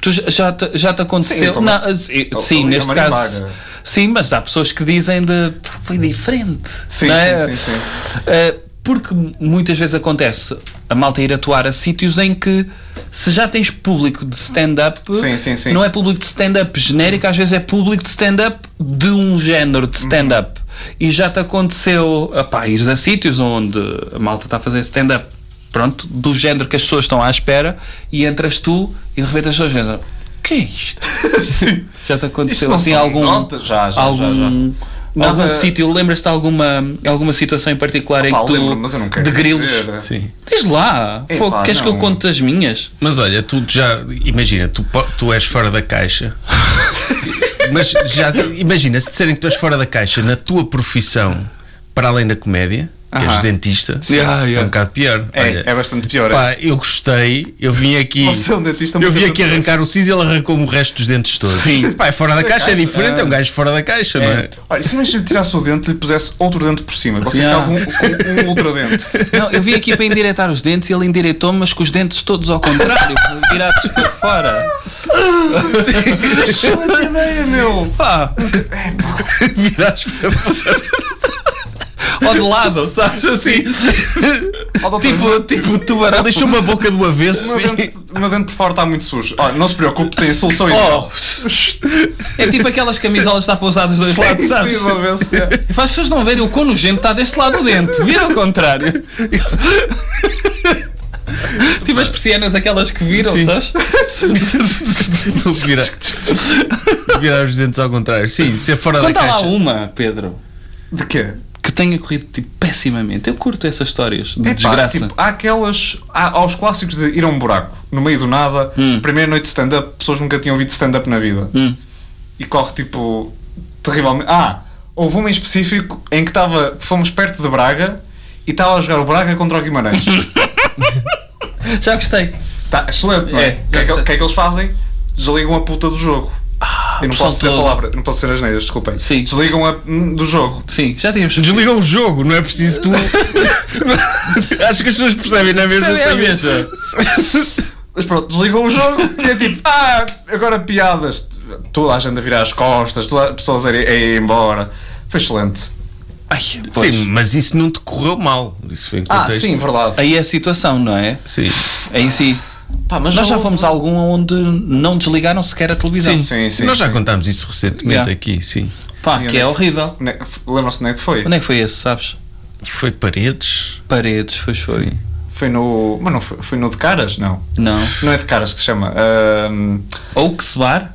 Speaker 2: Tu já- já te, já te
Speaker 5: Sim,
Speaker 2: aconteceu?
Speaker 5: eu também.
Speaker 2: Não, eh, sim,
Speaker 5: Eu-
Speaker 2: sim,
Speaker 5: eu- eu
Speaker 2: neste
Speaker 5: marimbar,
Speaker 2: caso.
Speaker 5: né?
Speaker 2: Sim, mas há pessoas que dizem de. "Pá, Foi diferente.
Speaker 5: Sim,
Speaker 2: não é?
Speaker 5: sim, sim, sim.
Speaker 2: Eh, porque muitas vezes acontece a malta ir atuar a sítios em que se já tens público de stand-up,
Speaker 5: Sim, sim, sim.
Speaker 2: não é público de stand-up genérico, às vezes é público de stand-up de um género de stand-up. E já te aconteceu opá, ires a sítios onde a malta está a fazer stand-up, pronto, do género que as pessoas estão à espera, e entras tu e de repente as pessoas dizem: "O que é isto?
Speaker 5: Sim.
Speaker 2: Já te aconteceu
Speaker 5: não
Speaker 2: assim
Speaker 5: são
Speaker 2: algum.
Speaker 5: notas? Já, já, já,
Speaker 2: algum,
Speaker 5: já.
Speaker 2: algum
Speaker 5: Nada-
Speaker 2: sítio, lembras-te de alguma, alguma situação em particular em
Speaker 5: Pá,
Speaker 2: que tu.
Speaker 5: lembro, mas eu não quero
Speaker 2: de
Speaker 5: dizer.
Speaker 2: grilos.
Speaker 3: Sim.
Speaker 2: Diz lá,
Speaker 5: Epá,
Speaker 2: fogo, queres que eu
Speaker 5: não.
Speaker 2: conte as minhas?
Speaker 3: Mas olha, tu já. Imagina, tu, po- tu és fora da caixa. mas já. Imagina, se disserem que tu és fora da caixa na tua profissão, para além da comédia, que és
Speaker 5: Aham.
Speaker 3: dentista,
Speaker 2: Yeah,
Speaker 3: é um
Speaker 2: yeah.
Speaker 3: bocado pior.
Speaker 5: É, é bastante pior, é.
Speaker 3: Pá, eu gostei, eu vim aqui.
Speaker 5: Você é um dentista
Speaker 3: eu
Speaker 5: muito
Speaker 3: vim aqui
Speaker 5: dentista.
Speaker 3: arrancar o siso e ele arrancou-me o resto dos dentes todos.
Speaker 2: Sim.
Speaker 3: Pá, é fora da caixa é diferente, é um gajo fora da caixa, não é?
Speaker 5: Olha, se imagina que tirasse o dente e lhe pusesse outro dente por cima, você
Speaker 2: Yeah.
Speaker 5: ficava com um, outro dente.
Speaker 2: Não, eu vim aqui para endireitar os dentes e ele endireitou-me, mas com os dentes todos ao contrário, virados para fora.
Speaker 5: Isso é excelente ideia, meu!
Speaker 2: Pá,
Speaker 3: Viraste para
Speaker 2: ou de lado, sabes assim?
Speaker 5: Ó, doutor,
Speaker 2: Tipo, tipo tubarão.
Speaker 3: Ela deixou-me a boca do avesso.
Speaker 5: o meu dente, o meu dente por fora está muito sujo. Olha, não se preocupe, tem a solução aí.
Speaker 2: Oh. É tipo aquelas camisolas que está pousadas dos dois lados, sabes?
Speaker 5: é.
Speaker 2: Para Tipo, as pessoas não verem o quão nojento está deste lado do dente, vira ao contrário. tipo as persianas, aquelas que viram,
Speaker 3: Sim. é
Speaker 2: sabes?
Speaker 3: Não se vira. Virar os dentes ao contrário. Sim, ser fora
Speaker 2: Conta
Speaker 3: da
Speaker 2: lá um.
Speaker 3: caixa.
Speaker 2: uma, Pedro,
Speaker 5: De quê?
Speaker 2: que tenha corrido tipo, pessimamente. Eu curto essas histórias de
Speaker 5: Epá,
Speaker 2: desgraça.
Speaker 5: tipo, há aquelas. Há, há os clássicos de ir a um buraco, no meio do nada,
Speaker 2: Hum.
Speaker 5: primeira noite de stand-up, pessoas nunca tinham ouvido stand-up na vida. E corre tipo. terrivelmente. Ah, houve uma em específico em que estava. Fomos perto de Braga e estava a jogar o Braga contra o Guimarães.
Speaker 2: Já gostei.
Speaker 5: Tá, excelente, não é?
Speaker 2: É,
Speaker 5: O que, é que, o que é que eles fazem? Desligam a puta do jogo.
Speaker 3: Ah,
Speaker 5: Eu não
Speaker 2: pressão
Speaker 5: posso dizer a
Speaker 2: toda.
Speaker 5: palavra, não posso dizer as neiras, desculpem.
Speaker 2: Sim.
Speaker 5: Desligam a hum, do jogo.
Speaker 2: Sim, já tínhamos.
Speaker 3: Desligam o jogo, não é preciso tu. Acho que as pessoas percebem, não é mesmo?
Speaker 2: Sabe, é
Speaker 3: Sabem.
Speaker 2: mesmo.
Speaker 5: Mas pronto, desligam o jogo e é tipo, ah, agora piadas. Toda a gente a virar as costas, toda a pessoas a ir, a ir embora. Foi excelente.
Speaker 2: Ai, pois.
Speaker 3: Sim, mas isso não te correu mal. Isso foi em
Speaker 5: Ah,
Speaker 3: contexto.
Speaker 5: sim, verdade.
Speaker 2: Aí é a situação, não é?
Speaker 3: Sim.
Speaker 2: É em si. Nós já fomos a algum onde não desligaram sequer a televisão.
Speaker 5: Sim, sim, sim.
Speaker 3: Nós já contámos isso recentemente
Speaker 2: Yeah.
Speaker 3: aqui, sim.
Speaker 2: Pá, que é horrível.
Speaker 5: Ne- Lembram-se onde é que foi?
Speaker 2: Onde é que foi esse, sabes?
Speaker 3: Foi paredes.
Speaker 2: Paredes, foi foi.
Speaker 3: Sim.
Speaker 5: Foi no. Mas não foi, foi no de caras? Não.
Speaker 2: Não.
Speaker 5: Não é de caras que se chama. hum, ahm,
Speaker 2: Oaks Bar?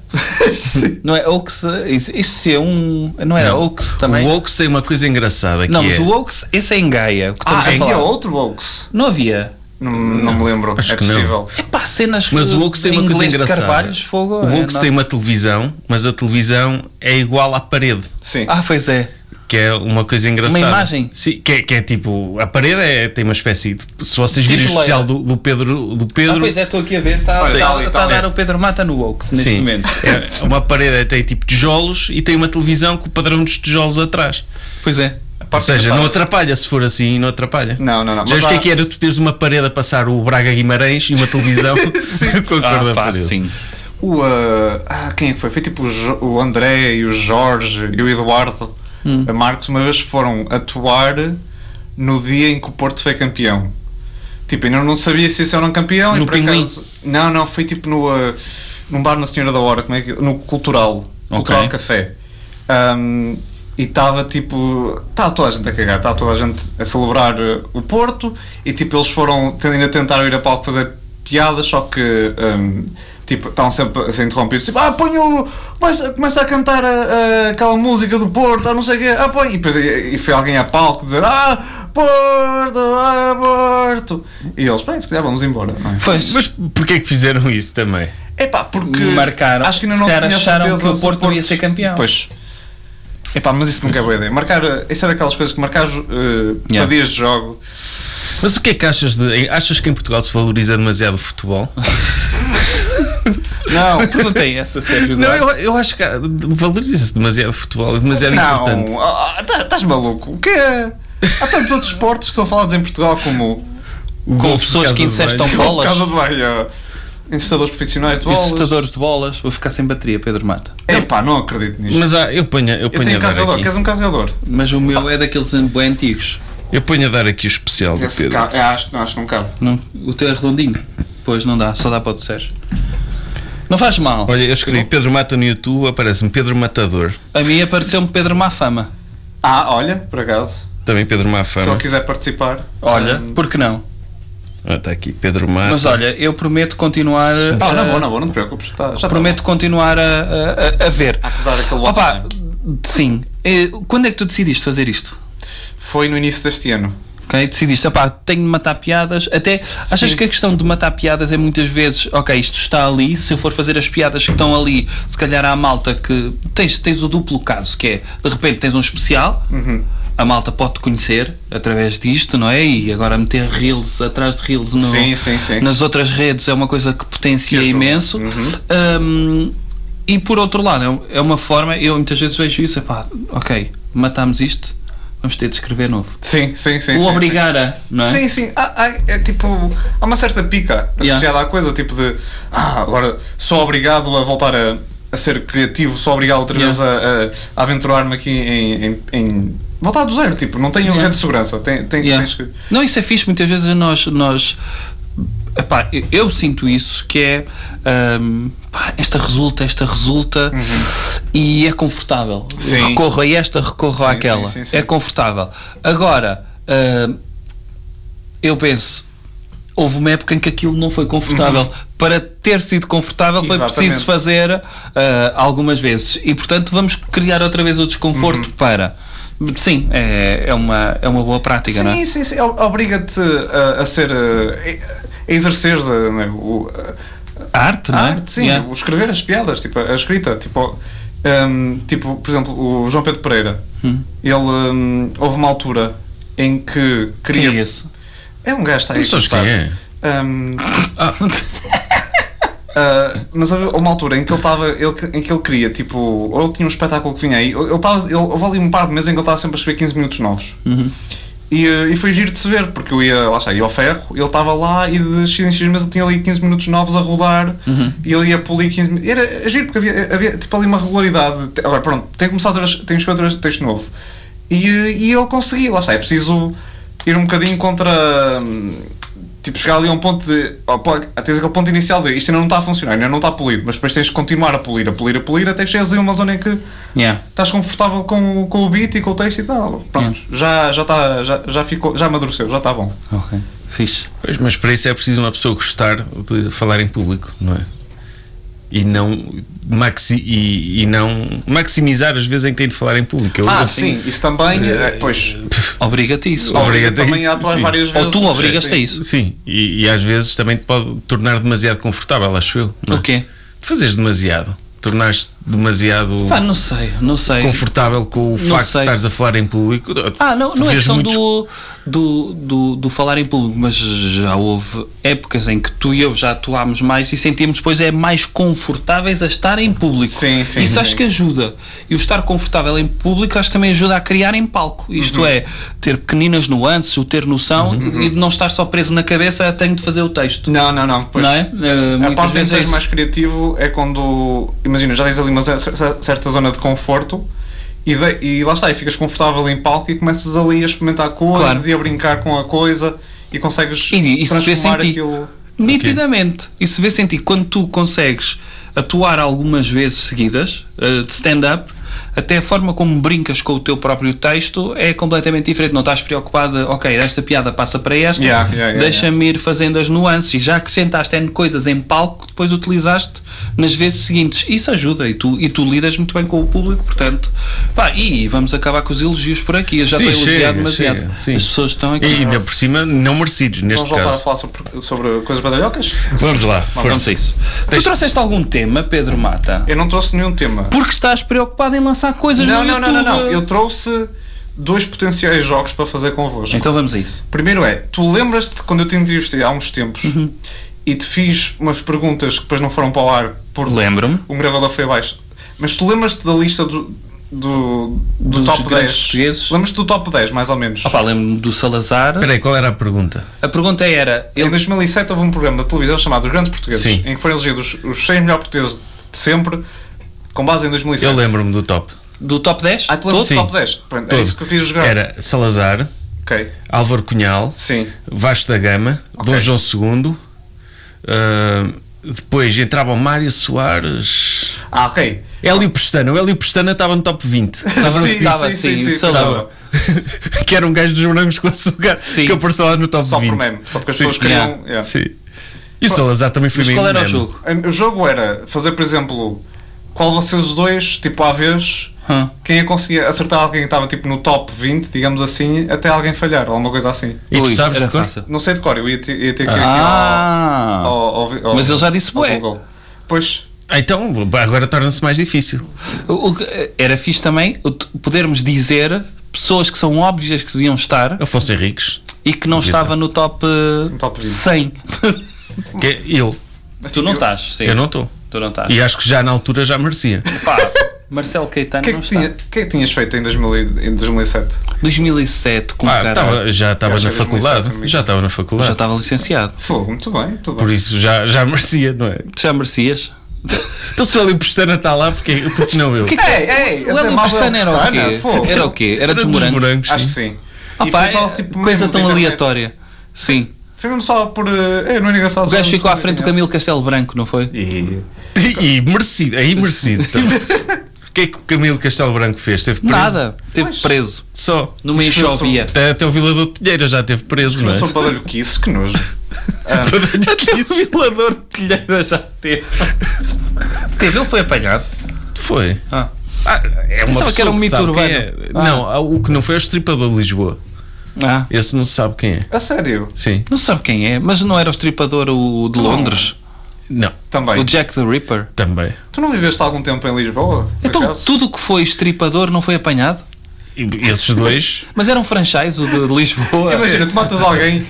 Speaker 2: Não é Oaks? Isso, isso é um. Não era Oaks também?
Speaker 3: O Oaks tem uma coisa engraçada
Speaker 2: não,
Speaker 3: que
Speaker 2: mas
Speaker 3: é.
Speaker 2: o Oaks, esse é em Gaia. o que
Speaker 5: Ah,
Speaker 2: estamos a
Speaker 5: havia
Speaker 2: falar.
Speaker 5: outro Oaks?
Speaker 2: Não havia.
Speaker 5: Não, não me lembro.
Speaker 3: acho
Speaker 5: é
Speaker 3: que não.
Speaker 5: possível.
Speaker 2: É pá, cenas
Speaker 3: Mas
Speaker 2: que-
Speaker 3: o Oaks tem
Speaker 2: em
Speaker 3: uma coisa
Speaker 2: inglês de
Speaker 3: engraçada.
Speaker 2: Carvalhos, fogo,
Speaker 3: o
Speaker 2: é,
Speaker 3: Oaks
Speaker 2: não-
Speaker 3: tem uma televisão, mas a televisão é igual à parede.
Speaker 5: Sim.
Speaker 2: Ah, pois é.
Speaker 3: Que é uma coisa engraçada.
Speaker 2: Uma imagem?
Speaker 3: Sim, que é, que é tipo. A parede é, tem uma espécie de. Se vocês virem o
Speaker 2: Tipo
Speaker 3: especial do, do Pedro. Do
Speaker 2: Ah,
Speaker 3: Pedro
Speaker 2: pois é, estou aqui a ver. Está
Speaker 5: Olha,
Speaker 2: tá,
Speaker 5: tá ali,
Speaker 2: tá
Speaker 5: tá
Speaker 2: a
Speaker 5: ali.
Speaker 2: dar o Pedro Mata no Oaks neste
Speaker 3: sim,
Speaker 2: momento.
Speaker 3: é uma parede é, tem tipo tijolos e tem uma televisão com o padrão dos tijolos atrás.
Speaker 2: Pois é.
Speaker 3: Ou seja, não
Speaker 5: engraçada.
Speaker 3: atrapalha se for assim, não atrapalha.
Speaker 5: Não, não, não,
Speaker 3: Já
Speaker 5: mas
Speaker 3: o que é
Speaker 5: há-
Speaker 3: que era tu teres uma parede a passar o Braga Guimarães e uma televisão com a cor da
Speaker 2: Ah, pá,
Speaker 3: parede?
Speaker 2: sim.
Speaker 5: O, ah, ah, quem é que foi? Foi tipo o, Jo- o André e o Jorge e o Eduardo
Speaker 2: Hum.
Speaker 5: a Marcos uma vez foram atuar no dia em que o Porto foi campeão. Tipo, ainda não sabia se isso era um campeão
Speaker 2: No
Speaker 5: e por
Speaker 2: Pinguim?
Speaker 5: acaso. Não, não, foi tipo no, ah, num bar na Senhora da Hora, como é que, no Cultural, Cultural Café. Ahm, e estava tipo. Estava toda a gente a cagar, estava toda a gente a celebrar ah, o Porto e tipo, eles foram. tendo- Ainda tentaram ir a palco fazer piadas, só que. ahm, tipo, estavam sempre a ser interrompidos. Tipo, ah, põe o. Começa, começa a cantar ah, ah, aquela música do Porto, ah, não sei o quê, ah, põe. E depois e, e foi alguém a palco dizer, ah, Porto, ah, Porto. E eles, bem, se calhar vamos embora, não é?
Speaker 2: Pois.
Speaker 3: Mas porquê é que fizeram isso também?
Speaker 5: Epá, porque
Speaker 2: Marcaram.
Speaker 5: acho que ainda
Speaker 2: Se
Speaker 5: não se
Speaker 2: calhar
Speaker 5: tinha
Speaker 2: acharam
Speaker 5: certeza
Speaker 2: que o
Speaker 5: se
Speaker 2: Porto ia ser campeão.
Speaker 5: Pois. Epá, mas isso nunca é boa ideia. Marcar, eh, isso é daquelas coisas que marcar eh, para
Speaker 2: Yeah.
Speaker 5: dias de jogo
Speaker 3: Mas o que é que achas de. Achas que em Portugal se valoriza demasiado o futebol?
Speaker 2: Não, tu não tens essa, é Sérgio.
Speaker 3: Não,
Speaker 2: Duarte.
Speaker 3: eu, eu acho que há- valoriza-se demasiado o futebol, é demasiado importante.
Speaker 5: Não, ah, tá- estás maluco. O quê? Há tantos outros esportes que são falados em Portugal como
Speaker 3: O
Speaker 2: Com
Speaker 3: golfe de
Speaker 2: pessoas
Speaker 3: casa
Speaker 2: que
Speaker 3: de
Speaker 2: insertam
Speaker 3: banho.
Speaker 2: bolas,
Speaker 5: Casa de banho, incestadores profissionais de bolas.
Speaker 2: incestadores de bolas. Vou ficar sem bateria, Pedro Mata.
Speaker 5: Epá, não acredito nisto.
Speaker 3: Mas há- eu ponho, eu
Speaker 5: eu
Speaker 3: ponho
Speaker 5: tenho
Speaker 3: a
Speaker 5: um
Speaker 3: dar
Speaker 5: carregador,
Speaker 3: aqui.
Speaker 5: queres um carregador?
Speaker 2: Mas o meu é daqueles bem antigos.
Speaker 3: Eu ponho a dar aqui o especial do
Speaker 5: Esse
Speaker 3: Pedro.
Speaker 5: ca... é, acho, não, acho que não cabe.
Speaker 2: Não, o teu é redondinho. Pois não dá, só dá para o do Sérgio. Não faz mal.
Speaker 3: Olha, eu escrevi Pedro Mata no YouTube, aparece-me Pedro Matador.
Speaker 2: A mim apareceu-me Pedro Mafama.
Speaker 5: Ah, olha, por acaso,
Speaker 3: Também Pedro
Speaker 5: se
Speaker 3: Mafama.
Speaker 5: ele quiser participar.
Speaker 2: Olha,
Speaker 5: hum,
Speaker 2: por que não?
Speaker 3: Ah, está aqui Pedro Mata.
Speaker 2: Mas ah, olha, eu prometo continuar.
Speaker 5: Ah, na
Speaker 2: a-
Speaker 5: boa, na boa, não te preocupes. Tá, já
Speaker 2: prometo continuar a, a- a- a ver.
Speaker 5: Há que dar aquele
Speaker 2: Opa,
Speaker 5: watch
Speaker 2: sim. Eh, Quando é que tu decidiste fazer isto?
Speaker 5: tá. Foi no início deste ano.
Speaker 2: Ok? Decidiste, opá, tenho de matar piadas. Até achas
Speaker 5: Sim.
Speaker 2: que a questão de matar piadas é muitas vezes, ok, isto está ali. Se eu for fazer as piadas que estão ali, se calhar há malta que. Tens, tens o duplo caso, que é de repente tens um especial.
Speaker 5: Uhum.
Speaker 2: A malta pode te conhecer através disto, não é? E agora meter reels atrás de reels no-
Speaker 5: Sim, sim, sim.
Speaker 2: nas outras redes é uma coisa que potencia
Speaker 5: Que ajuda. Uhum.
Speaker 2: imenso. Um, e por outro lado, é um- é uma forma, eu muitas vezes vejo isso, epá, ok, matámos isto, vamos ter de escrever novo
Speaker 5: Sim, sim, sim.
Speaker 2: o
Speaker 5: sim, sim.
Speaker 2: obrigar a, não é?
Speaker 5: Sim, sim. Há, há- é tipo. Há uma certa pica
Speaker 2: Yeah.
Speaker 5: associada à coisa, tipo de. Ah, agora sou obrigado a voltar a, a ser criativo, sou obrigado outra
Speaker 2: Yeah.
Speaker 5: vez a, a- a aventurar-me aqui em, em- em- Voltar do zero, tipo, não tenho
Speaker 2: Yeah.
Speaker 5: rede de segurança. Tem, tem,
Speaker 2: Yeah.
Speaker 5: tens que.
Speaker 2: Não, isso é fixe, muitas vezes nós. nós epá, eu, eu sinto isso, que é. hum, pá, esta resulta, esta resulta e é confortável.
Speaker 5: Uhum. Sim.
Speaker 2: Recorro a esta, recorro
Speaker 5: Sim,
Speaker 2: àquela.
Speaker 5: sim, sim, sim.
Speaker 2: É confortável. Agora, hum, eu penso. Houve uma época em que aquilo não foi confortável. Para ter sido confortável foi preciso
Speaker 5: Uhum. Exatamente.
Speaker 2: fazer ah, algumas vezes. E portanto vamos criar outra vez o desconforto
Speaker 5: Uhum.
Speaker 2: para. Sim, é, é, uma, é uma boa prática, não é?
Speaker 5: Sim, sim, sim. o- Obriga-te a, a ser. A, a exerceres a, né, o-
Speaker 2: A arte,
Speaker 5: a
Speaker 2: não é?
Speaker 5: arte, sim.
Speaker 2: Yeah.
Speaker 5: O escrever as piadas, tipo, a escrita. Tipo, hum, tipo por exemplo, o João Pedro Pereira. Ele. hum, houve uma altura em que
Speaker 2: Quem
Speaker 5: queria.
Speaker 2: é esse?
Speaker 5: É um gajo que está aí.
Speaker 3: Não sabes
Speaker 5: a começar.
Speaker 3: quem é?
Speaker 5: Hum, ah, mas havia uma altura em que ele estava, ele- em que ele queria, tipo, ou ele tinha um espetáculo que vinha aí, ou ele estava, ele, houve ali um par de meses em que ele estava sempre a escrever 15 minutos novos. E, eh, e foi giro de se ver, porque eu ia, lá está, ia ao ferro, ele estava lá e de X em X meses ele tinha ali 15 minutos novos a rodar e ele ia polir 15 minutos. Era giro, porque havia, havia, tipo ali uma regularidade. Te- Agora, pronto, tem que começar outra vez, tem que escrever outra vez texto novo. E, eh, e ele conseguia, lá está, é preciso ir um bocadinho contra. hum, Tipo, chegar ali a um ponto de. ó, pá, tens aquele ponto inicial de isto ainda não está a funcionar, ainda não está polido, mas depois tens de continuar a polir, a polir, a polir, até chegares ali a uma zona em que
Speaker 2: Yeah.
Speaker 5: estás confortável com, o- com o beat e com o texto e tal. Pronto, já, já, está, já, já, ficou, já amadureceu, já está bom.
Speaker 2: Ok. Fixe.
Speaker 3: Pois, mas para isso é preciso uma pessoa gostar de falar em público, não é? E não, maxi, e, e não maximizar as vezes em que tem de falar em público.
Speaker 5: Ah,
Speaker 3: Eu- eu-
Speaker 2: assim,
Speaker 5: isso também. é, pois,
Speaker 2: Obriga-te isso.
Speaker 3: Obriga-
Speaker 5: obriga-te também
Speaker 3: isso,
Speaker 5: a atuar
Speaker 3: sim.
Speaker 5: várias vezes.
Speaker 2: Ou tu obrigas-te a
Speaker 5: Sim.
Speaker 2: isso.
Speaker 3: Sim, e, e às vezes também te pode tornar demasiado confortável, acho eu. não é?
Speaker 2: O quê?
Speaker 3: Fazeres demasiado. Tornaste demasiado
Speaker 2: Pá, não sei, não sei.
Speaker 3: confortável com o facto
Speaker 2: sei.
Speaker 3: de estares a falar em público.
Speaker 2: Ah, não, não é
Speaker 3: Vês
Speaker 2: questão
Speaker 3: muitos-
Speaker 2: do, do, do, do falar em público, mas já houve épocas em que tu e eu já atuámos mais e sentimos depois é mais confortáveis a estar em público.
Speaker 5: Sim, sim,
Speaker 2: Isso
Speaker 5: sim.
Speaker 2: acho que ajuda. E o estar confortável em público acho que também ajuda a criar em palco. Isto
Speaker 5: Uhum.
Speaker 2: é, ter pequeninas nuances, o ter noção e de não estar só preso na cabeça, "Ah, tenho de fazer o texto.
Speaker 5: Não, não, não. Pois,
Speaker 2: Não é? Eh,
Speaker 5: A
Speaker 2: muitas
Speaker 5: parte em que
Speaker 2: vezes é
Speaker 5: tens
Speaker 2: isso.
Speaker 5: mais criativo é quando, imagina, já tens ali uma cer- cer- certa zona de conforto e, de- e lá está, e ficas confortável em palco e começas ali a experimentar coisas
Speaker 2: Claro.
Speaker 5: e a brincar com a coisa e consegues
Speaker 2: E isso vê-se em
Speaker 5: transformar
Speaker 2: ti.
Speaker 5: aquilo.
Speaker 2: Nitidamente. Isso vê-se em ti. Quando tu consegues atuar algumas vezes seguidas, eh, de stand-up, até a forma como brincas com o teu próprio texto é completamente diferente. Não estás preocupado, ok, esta piada passa para esta,
Speaker 5: Yeah, yeah, yeah,
Speaker 2: deixa-me ir fazendo as nuances e já acrescentaste N coisas em palco que depois utilizaste nas vezes seguintes. Isso ajuda e tu, e tu lidas muito bem com o público, portanto. Pá, e vamos acabar com os elogios por aqui. Eu já
Speaker 3: Sim,
Speaker 2: estou
Speaker 3: chega,
Speaker 2: elogiado demasiado.
Speaker 3: chega, sim.
Speaker 2: As pessoas estão
Speaker 3: E
Speaker 2: aqui.
Speaker 3: ainda por cima, não merecidos neste
Speaker 5: Vamos voltar a
Speaker 3: caso.
Speaker 5: falar sobre, sobre coisas badalhocas?
Speaker 3: Vamos lá,
Speaker 2: Vamos
Speaker 3: força.
Speaker 2: a isso. Tu trouxeste algum tema, Pedro Mata?
Speaker 5: Eu não trouxe nenhum tema.
Speaker 2: Porque estás preocupado em lançar coisas
Speaker 5: Não,
Speaker 2: no
Speaker 5: não, não,
Speaker 2: YouTube.
Speaker 5: não, não. Eu trouxe dois potenciais jogos para fazer convosco.
Speaker 2: Então vamos a isso.
Speaker 5: Primeiro é, tu lembras-te quando eu te entrevistei há uns tempos e te fiz umas perguntas que depois não foram para o ar por
Speaker 2: Lembro-me.
Speaker 5: um gravador foi abaixo. Mas tu lembras-te da lista do, do, do
Speaker 2: Dos
Speaker 5: top
Speaker 2: grandes
Speaker 5: 10?
Speaker 2: portugueses?
Speaker 5: Lembras-te do top 10, mais ou menos?
Speaker 2: Opa, lembro-me do Salazar.
Speaker 3: Peraí, qual era a pergunta?
Speaker 2: A pergunta era:
Speaker 5: Em
Speaker 2: ele,
Speaker 5: 2007 houve um programa de televisão chamado Grandes Portugueses,
Speaker 3: Sim.
Speaker 5: em que foram elegidos os 100 melhores portugueses de sempre, com base em 2007.
Speaker 3: Eu lembro-me do top.
Speaker 2: do top 10?
Speaker 5: Ah, tu lembras
Speaker 3: Sim.
Speaker 5: do top 10? Pronto, é
Speaker 3: Todo.
Speaker 5: isso que eu queria jogar.
Speaker 3: Era Salazar,
Speaker 5: Ok.
Speaker 3: Álvaro Cunhal,
Speaker 5: Sim.
Speaker 3: Vasco da Gama,
Speaker 5: Ok.
Speaker 3: Dom João II, ah, depois entravam Mário Soares.
Speaker 5: Ah, ok.
Speaker 3: Hélio Pestana, o Hélio Pestana estava no top 20. Estava
Speaker 5: Sim,
Speaker 2: estava
Speaker 5: sim, sim,
Speaker 2: assim,
Speaker 5: sim,
Speaker 2: Salazar.
Speaker 3: que era um gajo dos morangos com açúcar
Speaker 2: Sim.
Speaker 3: que apareceu lá no top
Speaker 5: Só
Speaker 3: 20.
Speaker 5: por meme, só porque as
Speaker 3: Sim.
Speaker 5: pessoas queriam. yeah.
Speaker 3: Sim. E o Salazar também foi
Speaker 2: Mas
Speaker 3: bem
Speaker 2: qual era o
Speaker 3: meme.
Speaker 2: jogo?
Speaker 5: O jogo era fazer, por exemplo, qual vocês os dois, tipo à vez,
Speaker 2: Hã.
Speaker 5: quem ia conseguir acertar alguém que estava tipo no top 20, digamos assim, até alguém falhar, ou alguma coisa assim.
Speaker 3: E tu
Speaker 2: Ui,
Speaker 3: sabes
Speaker 2: era
Speaker 3: de cor?
Speaker 2: fácil.
Speaker 5: Não sei de cor, eu ia ter, ia ter que ir
Speaker 2: Ah.
Speaker 5: aqui ao, ao- ao- ao-
Speaker 2: Mas ele já disse
Speaker 5: ao
Speaker 2: bué.
Speaker 5: Google. Pois,
Speaker 3: Ah, Então, agora torna-se mais difícil.
Speaker 2: O- o que- era fixe também o t- podermos dizer pessoas que são óbvias que deviam estar
Speaker 3: Afonso Henriques,
Speaker 2: e que não estava no top, eh,
Speaker 5: top 20.
Speaker 2: 100.
Speaker 3: que é eu.
Speaker 5: mas
Speaker 2: tu
Speaker 5: tipo,
Speaker 2: não
Speaker 5: eu-
Speaker 2: estás, sim.
Speaker 3: Eu não estou.
Speaker 2: Tu não estás.
Speaker 3: E acho que já na altura já merecia.
Speaker 2: Pá, Marcelo Caetano
Speaker 5: O que, é
Speaker 2: não
Speaker 5: que
Speaker 2: está.
Speaker 5: tinha, o que é que tinhas feito em, 2000 e- em 2007?
Speaker 2: 2007, com
Speaker 3: Ah,
Speaker 2: caralho.
Speaker 3: tava- já estava
Speaker 5: Eu
Speaker 3: na
Speaker 5: achei
Speaker 3: faculdade.
Speaker 5: 2007
Speaker 3: Já estava na
Speaker 2: Já
Speaker 3: faculdade.
Speaker 2: estava licenciado.
Speaker 5: Fogo, muito bem, muito bem.
Speaker 3: Por isso já, já merecia, não é?
Speaker 2: Tu já merecias?
Speaker 3: Então se o Hélio Pestana está lá, porque, porque não eu?
Speaker 2: Que- é?
Speaker 5: Ei, ei,
Speaker 2: O
Speaker 5: até
Speaker 2: Hélio
Speaker 5: mal
Speaker 2: Pestana era o
Speaker 5: é, Pestana, fogo.
Speaker 2: quê? Era o quê? Era dos morangos.
Speaker 5: Acho que sim.
Speaker 2: Ah,
Speaker 5: E
Speaker 2: pá,
Speaker 5: foi só,
Speaker 2: é-
Speaker 5: tipo,
Speaker 2: coisa
Speaker 5: mesmo
Speaker 2: tão
Speaker 5: da internet.
Speaker 2: aleatória. Sim.
Speaker 5: Foi mesmo só por. eh, É, não é engraçado.
Speaker 2: O
Speaker 5: só
Speaker 2: gajo
Speaker 5: por
Speaker 2: ficou à frente do
Speaker 5: conveniência.
Speaker 2: Camilo Castelo Branco, não foi?
Speaker 5: E-
Speaker 3: E, e merecido, aí merecido. também. O que é que o Camilo Castelo Branco fez? Esteve preso?
Speaker 2: Nada. Teve
Speaker 5: Pois.
Speaker 2: preso.
Speaker 3: Só.
Speaker 2: Numa
Speaker 5: Mas eu sou-
Speaker 2: enxovia.
Speaker 3: Até, até o Vilador de Telheira já esteve preso, não
Speaker 5: Eu
Speaker 3: é?
Speaker 5: sou badalhoquice, que nojo.
Speaker 2: Até o violador de telheira já teve. teve, ele foi apanhado.
Speaker 3: Foi.
Speaker 2: Ah.
Speaker 3: Ah, é uma
Speaker 2: Pensava que era um
Speaker 3: pessoa
Speaker 2: mito
Speaker 3: sabe
Speaker 2: urbano.
Speaker 3: quem é. Não, ah, o que não foi é o estripador de Lisboa.
Speaker 2: Ah,
Speaker 3: Esse não se sabe quem é.
Speaker 5: A sério?
Speaker 3: Sim.
Speaker 2: Não sabe quem é, mas não era o estripador o de Londres?
Speaker 3: Não.
Speaker 5: Também.
Speaker 2: O Jack the Ripper?
Speaker 3: Também.
Speaker 5: Tu não viveste algum tempo em Lisboa? por
Speaker 2: Então
Speaker 5: acaso?
Speaker 2: tudo o que foi estripador não foi apanhado?
Speaker 3: E Esses dois.
Speaker 2: Mas era um franchise o de Lisboa?
Speaker 5: Imagina, tu matas alguém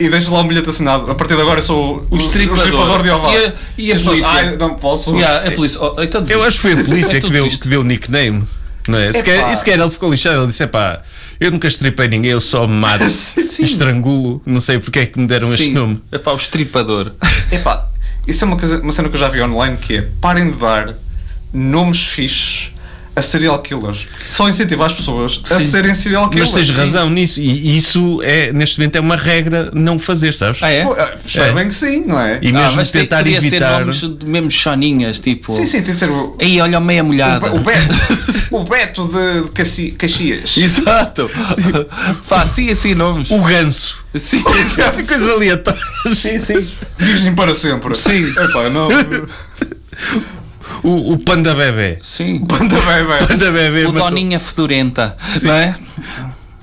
Speaker 5: e deixas lá um bilhete assinado. A partir de agora eu sou o,
Speaker 2: estripador.
Speaker 5: estripador de Oval.
Speaker 2: E a- e a
Speaker 5: as pessoas,
Speaker 2: polícia?
Speaker 5: assim, "Ai, não posso.
Speaker 2: Yeah, a polícia. oh, então
Speaker 3: Eu
Speaker 2: desiste.
Speaker 3: acho que foi a polícia que
Speaker 2: Tu
Speaker 3: deu,
Speaker 2: desiste.
Speaker 3: que deu o nickname. Não é? Se calhar, e se calhar ele ficou lixado. Ele disse: pá, eu nunca estripei ninguém, eu só mato, estrangulo. Não sei porque é que me deram este
Speaker 2: Sim.
Speaker 3: nome.
Speaker 2: Epá, o estripador.
Speaker 5: Epá, isso é uma, coisa, uma cena que eu já vi online que é parem de dar nomes fixos a serial killers. Porque só incentiva as pessoas a serem serial killers.
Speaker 3: Mas tens
Speaker 5: Sim.
Speaker 3: razão nisso. E isso é, neste momento, é uma regra não fazer, sabes?
Speaker 2: Ah, é?
Speaker 5: Pô, ah, Espero
Speaker 3: É.
Speaker 5: bem que sim, não é?
Speaker 3: E
Speaker 2: Ah,
Speaker 3: mesmo
Speaker 2: mas tem-
Speaker 3: tentar
Speaker 2: podia
Speaker 3: evitar.
Speaker 2: ser nomes de- mesmo choninhas, tipo.
Speaker 5: Sim, sim, tem de ser o,
Speaker 2: Aí olha o meia
Speaker 5: o, Be-
Speaker 2: molhada.
Speaker 5: o Beto, o Beto de, de Caci- Caxias.
Speaker 2: Exato. Pá, sim, assim nomes.
Speaker 3: O ganso.
Speaker 2: Sim.
Speaker 3: Assim, coisas aleatórias.
Speaker 5: Virgem para sempre.
Speaker 2: Sim.
Speaker 5: Epá, não.
Speaker 3: O, o panda bebê.
Speaker 2: Sim.
Speaker 5: Panda bem, bem.
Speaker 3: Panda bebê.
Speaker 2: O
Speaker 3: matou-
Speaker 2: Doninha Fedorenta, não é?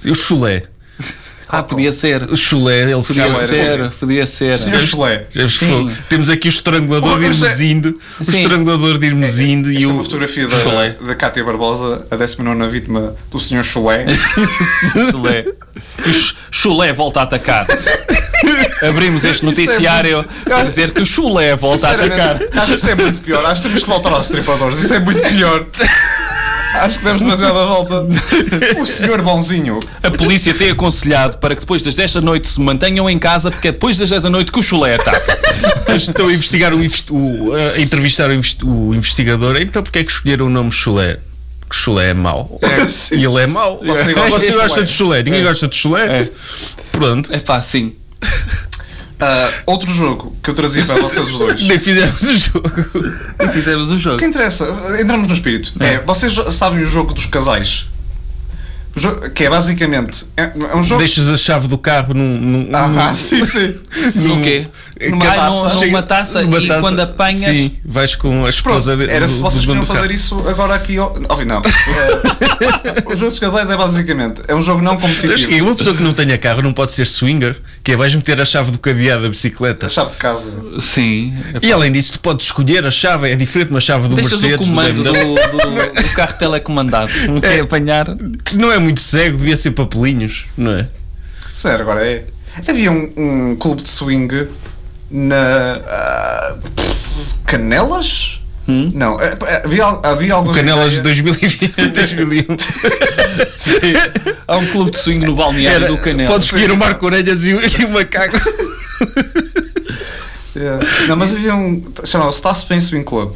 Speaker 3: O chulé.
Speaker 2: Ah, podia ser.
Speaker 3: O chulé, ele
Speaker 2: Podia
Speaker 5: Já
Speaker 3: ficava.
Speaker 5: era.
Speaker 2: ser, podia ser.
Speaker 5: Senhor Chulé.
Speaker 3: Já se foi.
Speaker 2: Sim.
Speaker 3: Temos aqui o estrangulador
Speaker 5: Oh,
Speaker 3: de
Speaker 5: eu sei.
Speaker 3: Irmesindo. O
Speaker 2: Sim.
Speaker 3: estrangulador de Irmesindo e
Speaker 5: Esta é
Speaker 3: o.
Speaker 5: uma fotografia
Speaker 3: Chulé.
Speaker 5: da, da Cátia Barbosa, a 19 vítima do Sr. Chulé.
Speaker 2: Chulé. O Ch- Chulé volta a atacar. Abrimos este noticiário a dizer que o Chulé volta a atacar.
Speaker 5: Sinceramente, Acho que isso é muito pior. Acho que temos que voltar aos estripadores. Isso é muito pior. Acho que demos demasiada volta. O senhor bonzinho.
Speaker 2: A polícia tem aconselhado para que depois das 10 da noite se mantenham em casa, porque é depois das 10 da noite que o Chulé ataca.
Speaker 3: Mas Estão a investigar o, invest- o- a entrevistar o, invest- o investigador. Então porque é que escolheram o nome chulé? Porque chulé é mau.
Speaker 5: sim.
Speaker 3: E ele é mau.
Speaker 5: Você gosta
Speaker 3: Você
Speaker 5: de
Speaker 3: gosta
Speaker 5: chulé.
Speaker 3: de chulé. Ninguém gosta de chulé. Pronto.
Speaker 2: É pá, sim.
Speaker 5: Ah, outro jogo que eu trazia para vocês os dois.
Speaker 3: Nem fizemos o jogo.
Speaker 2: E fizemos o
Speaker 5: O
Speaker 2: jogo.
Speaker 5: que interessa, entramos no espírito. É, vocês jo- sabem o jogo dos casais? O jo- que é basicamente. É, é um jogo.
Speaker 3: Deixas a chave do carro num. num-
Speaker 5: Ah,
Speaker 3: num-
Speaker 5: sim, sim.
Speaker 2: O quê?
Speaker 5: Numa
Speaker 2: Cai
Speaker 5: taça.
Speaker 2: num- numa taça
Speaker 3: numa
Speaker 2: e quando apanhas.
Speaker 3: Sim, vais com a
Speaker 5: Pronto,
Speaker 3: esposa de-
Speaker 5: era se
Speaker 3: do-
Speaker 5: vocês
Speaker 3: do dono
Speaker 5: queriam
Speaker 3: do
Speaker 5: fazer
Speaker 3: carro.
Speaker 5: isso agora aqui. Ao... Óbvio, não. É, o jogo dos casais é basicamente. É um jogo não
Speaker 3: Sabes que
Speaker 5: competitivo.
Speaker 3: uma pessoa que não tenha carro não pode ser swinger, Que é vais meter a chave do cadeado da bicicleta.
Speaker 5: A chave de casa.
Speaker 2: Sim.
Speaker 3: E além disso, tu podes escolher a chave, é diferente uma chave do
Speaker 2: Deixas o
Speaker 3: Mercedes. É. do
Speaker 2: comando do,
Speaker 3: BMW.
Speaker 2: do- do carro telecomandado. Não quer apanhar.
Speaker 3: Não é muito cego, devia ser papelinhos, não é?
Speaker 5: Sério, agora é. Havia um, um clube de swing na. ah, Canelas? Não, eh, eh, havia, al- havia alguns.
Speaker 3: Canelas de 2020, 2001.
Speaker 2: Há um clube de swing no balneário
Speaker 3: Era-
Speaker 2: do Canelo.
Speaker 3: Podes escolher o Marco Orelhas e o, e o macaco.
Speaker 5: Não, mas havia um. Chamava-se Está-se Bem Swing Club.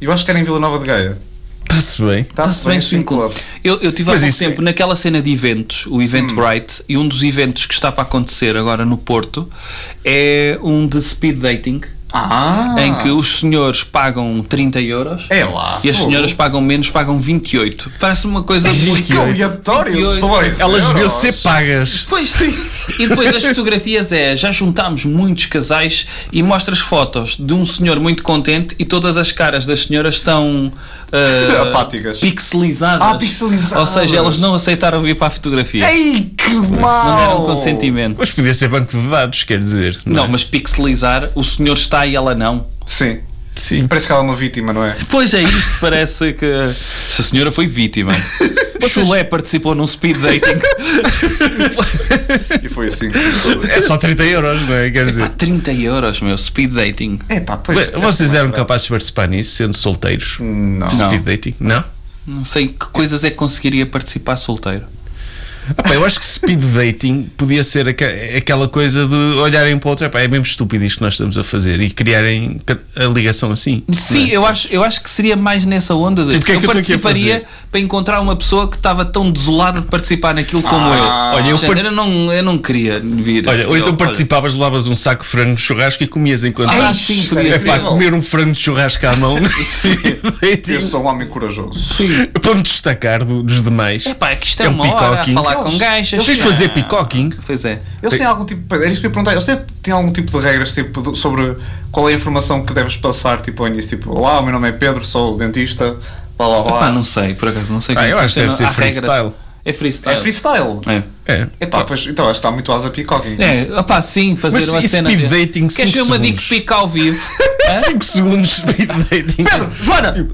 Speaker 5: Eu acho que era em Vila Nova de Gaia.
Speaker 3: Está-se bem.
Speaker 5: Tá.
Speaker 2: Está-se bem swing club. Eu, eu tive há
Speaker 3: Mas
Speaker 2: pouco
Speaker 3: isso é- Hum.
Speaker 2: tempo naquela cena de eventos, o Eventbrite, e um dos eventos que está para acontecer agora no Porto é um de speed dating,
Speaker 5: Ah!
Speaker 2: em que os senhores pagam 30 euros
Speaker 5: É lá!
Speaker 2: e as
Speaker 5: fogo.
Speaker 2: senhoras pagam menos, pagam 28. Parece uma coisa muito.
Speaker 5: Que aleatório!
Speaker 2: 28.
Speaker 5: Dois
Speaker 3: Elas deviam
Speaker 5: euros.
Speaker 3: ser pagas.
Speaker 2: Pois sim. E depois as fotografias é, já juntámos muitos casais e mostras fotos de um senhor muito contente e todas as caras das senhoras estão ah,
Speaker 5: Apáticas.
Speaker 2: pixelizadas.
Speaker 5: Ah, pixelizadas.
Speaker 2: Ou seja, elas não aceitaram vir para a fotografia.
Speaker 5: Ei, que
Speaker 2: Não
Speaker 5: mal!
Speaker 2: deram consentimento.
Speaker 3: Mas podia ser banco de dados, quer dizer.
Speaker 2: Não,
Speaker 3: é?
Speaker 2: mas pixelizar, o senhor está e ela não.
Speaker 5: Sim.
Speaker 3: Sim.
Speaker 5: Parece que ela é uma vítima, não é?
Speaker 2: Pois é isso, parece que essa senhora foi vítima. O Chulé participou num speed dating.
Speaker 5: E foi assim.
Speaker 3: É só 30 euros, não é? Quer
Speaker 2: Pá,
Speaker 3: dizer.
Speaker 2: 30 euros, meu, speed dating.
Speaker 5: É pá, pois.
Speaker 3: Bem, Vocês eram capazes de participar nisso, sendo solteiros?
Speaker 5: Não.
Speaker 3: Speed dating? Não?
Speaker 2: Não sei que coisas é que conseguiria participar solteiro.
Speaker 3: Ah, pá, eu acho que speed dating podia ser aque- aquela coisa de olharem para o outro. É, pá, é mesmo estúpido isto que nós estamos a fazer e criarem ca- a ligação assim.
Speaker 2: Sim, eu acho, eu acho que seria mais nessa onda de
Speaker 3: Sim, porque é
Speaker 2: eu
Speaker 3: que eu tô aqui a
Speaker 2: participaria para encontrar uma pessoa que estava tão desolada de participar naquilo como
Speaker 5: Ah,
Speaker 2: eu.
Speaker 3: olha, eu
Speaker 2: Gente,
Speaker 3: part-
Speaker 2: eu, não, eu não queria vir.
Speaker 3: Olha, ou
Speaker 2: Eu-
Speaker 3: então
Speaker 2: olha,
Speaker 3: participavas, levavas um saco de frango de churrasco e comias enquanto.
Speaker 2: Ah, sim, podia
Speaker 3: é, pá,
Speaker 2: ser.
Speaker 3: comer um frango de churrasco à mão. speed
Speaker 5: Eu
Speaker 3: dating.
Speaker 5: sou um homem corajoso.
Speaker 2: Sim.
Speaker 3: Para me destacar do- dos demais.
Speaker 2: É pá, é que isto é,
Speaker 3: É um
Speaker 2: uma hora a
Speaker 3: picoquinho.
Speaker 2: falar
Speaker 5: Eles-
Speaker 2: com gajas.
Speaker 3: Tens de
Speaker 2: Não. é?
Speaker 3: fazer picoquing.
Speaker 2: Pois é.
Speaker 5: Eles têm algum tipo. Era isso que eu ia perguntar. Eles têm- têm algum tipo de regras tipo, do- sobre qual é a informação que deves passar tipo, ao início? Tipo, olá, o meu nome é Pedro, sou dentista. Blá, blá, blá.
Speaker 2: Epá, não sei, por acaso, não sei
Speaker 3: Ah,
Speaker 2: como é
Speaker 3: eu acho que deve ser
Speaker 2: funciona. Há regras.
Speaker 3: freestyle.
Speaker 2: É freestyle.
Speaker 5: É freestyle.
Speaker 2: É.
Speaker 3: É.
Speaker 5: É pá, pois. Então, acho que está muito asa picoque.
Speaker 2: É, opá, sim, fazer
Speaker 3: Mas
Speaker 2: uma
Speaker 3: e
Speaker 2: cena.
Speaker 3: speed
Speaker 2: de-
Speaker 3: dating
Speaker 2: Queres ver
Speaker 3: cinco
Speaker 2: uma dick
Speaker 3: segundos?
Speaker 2: pic ao vivo?
Speaker 3: 5 segundos de speed dating.
Speaker 2: Pedro, Joana!
Speaker 3: Tipo,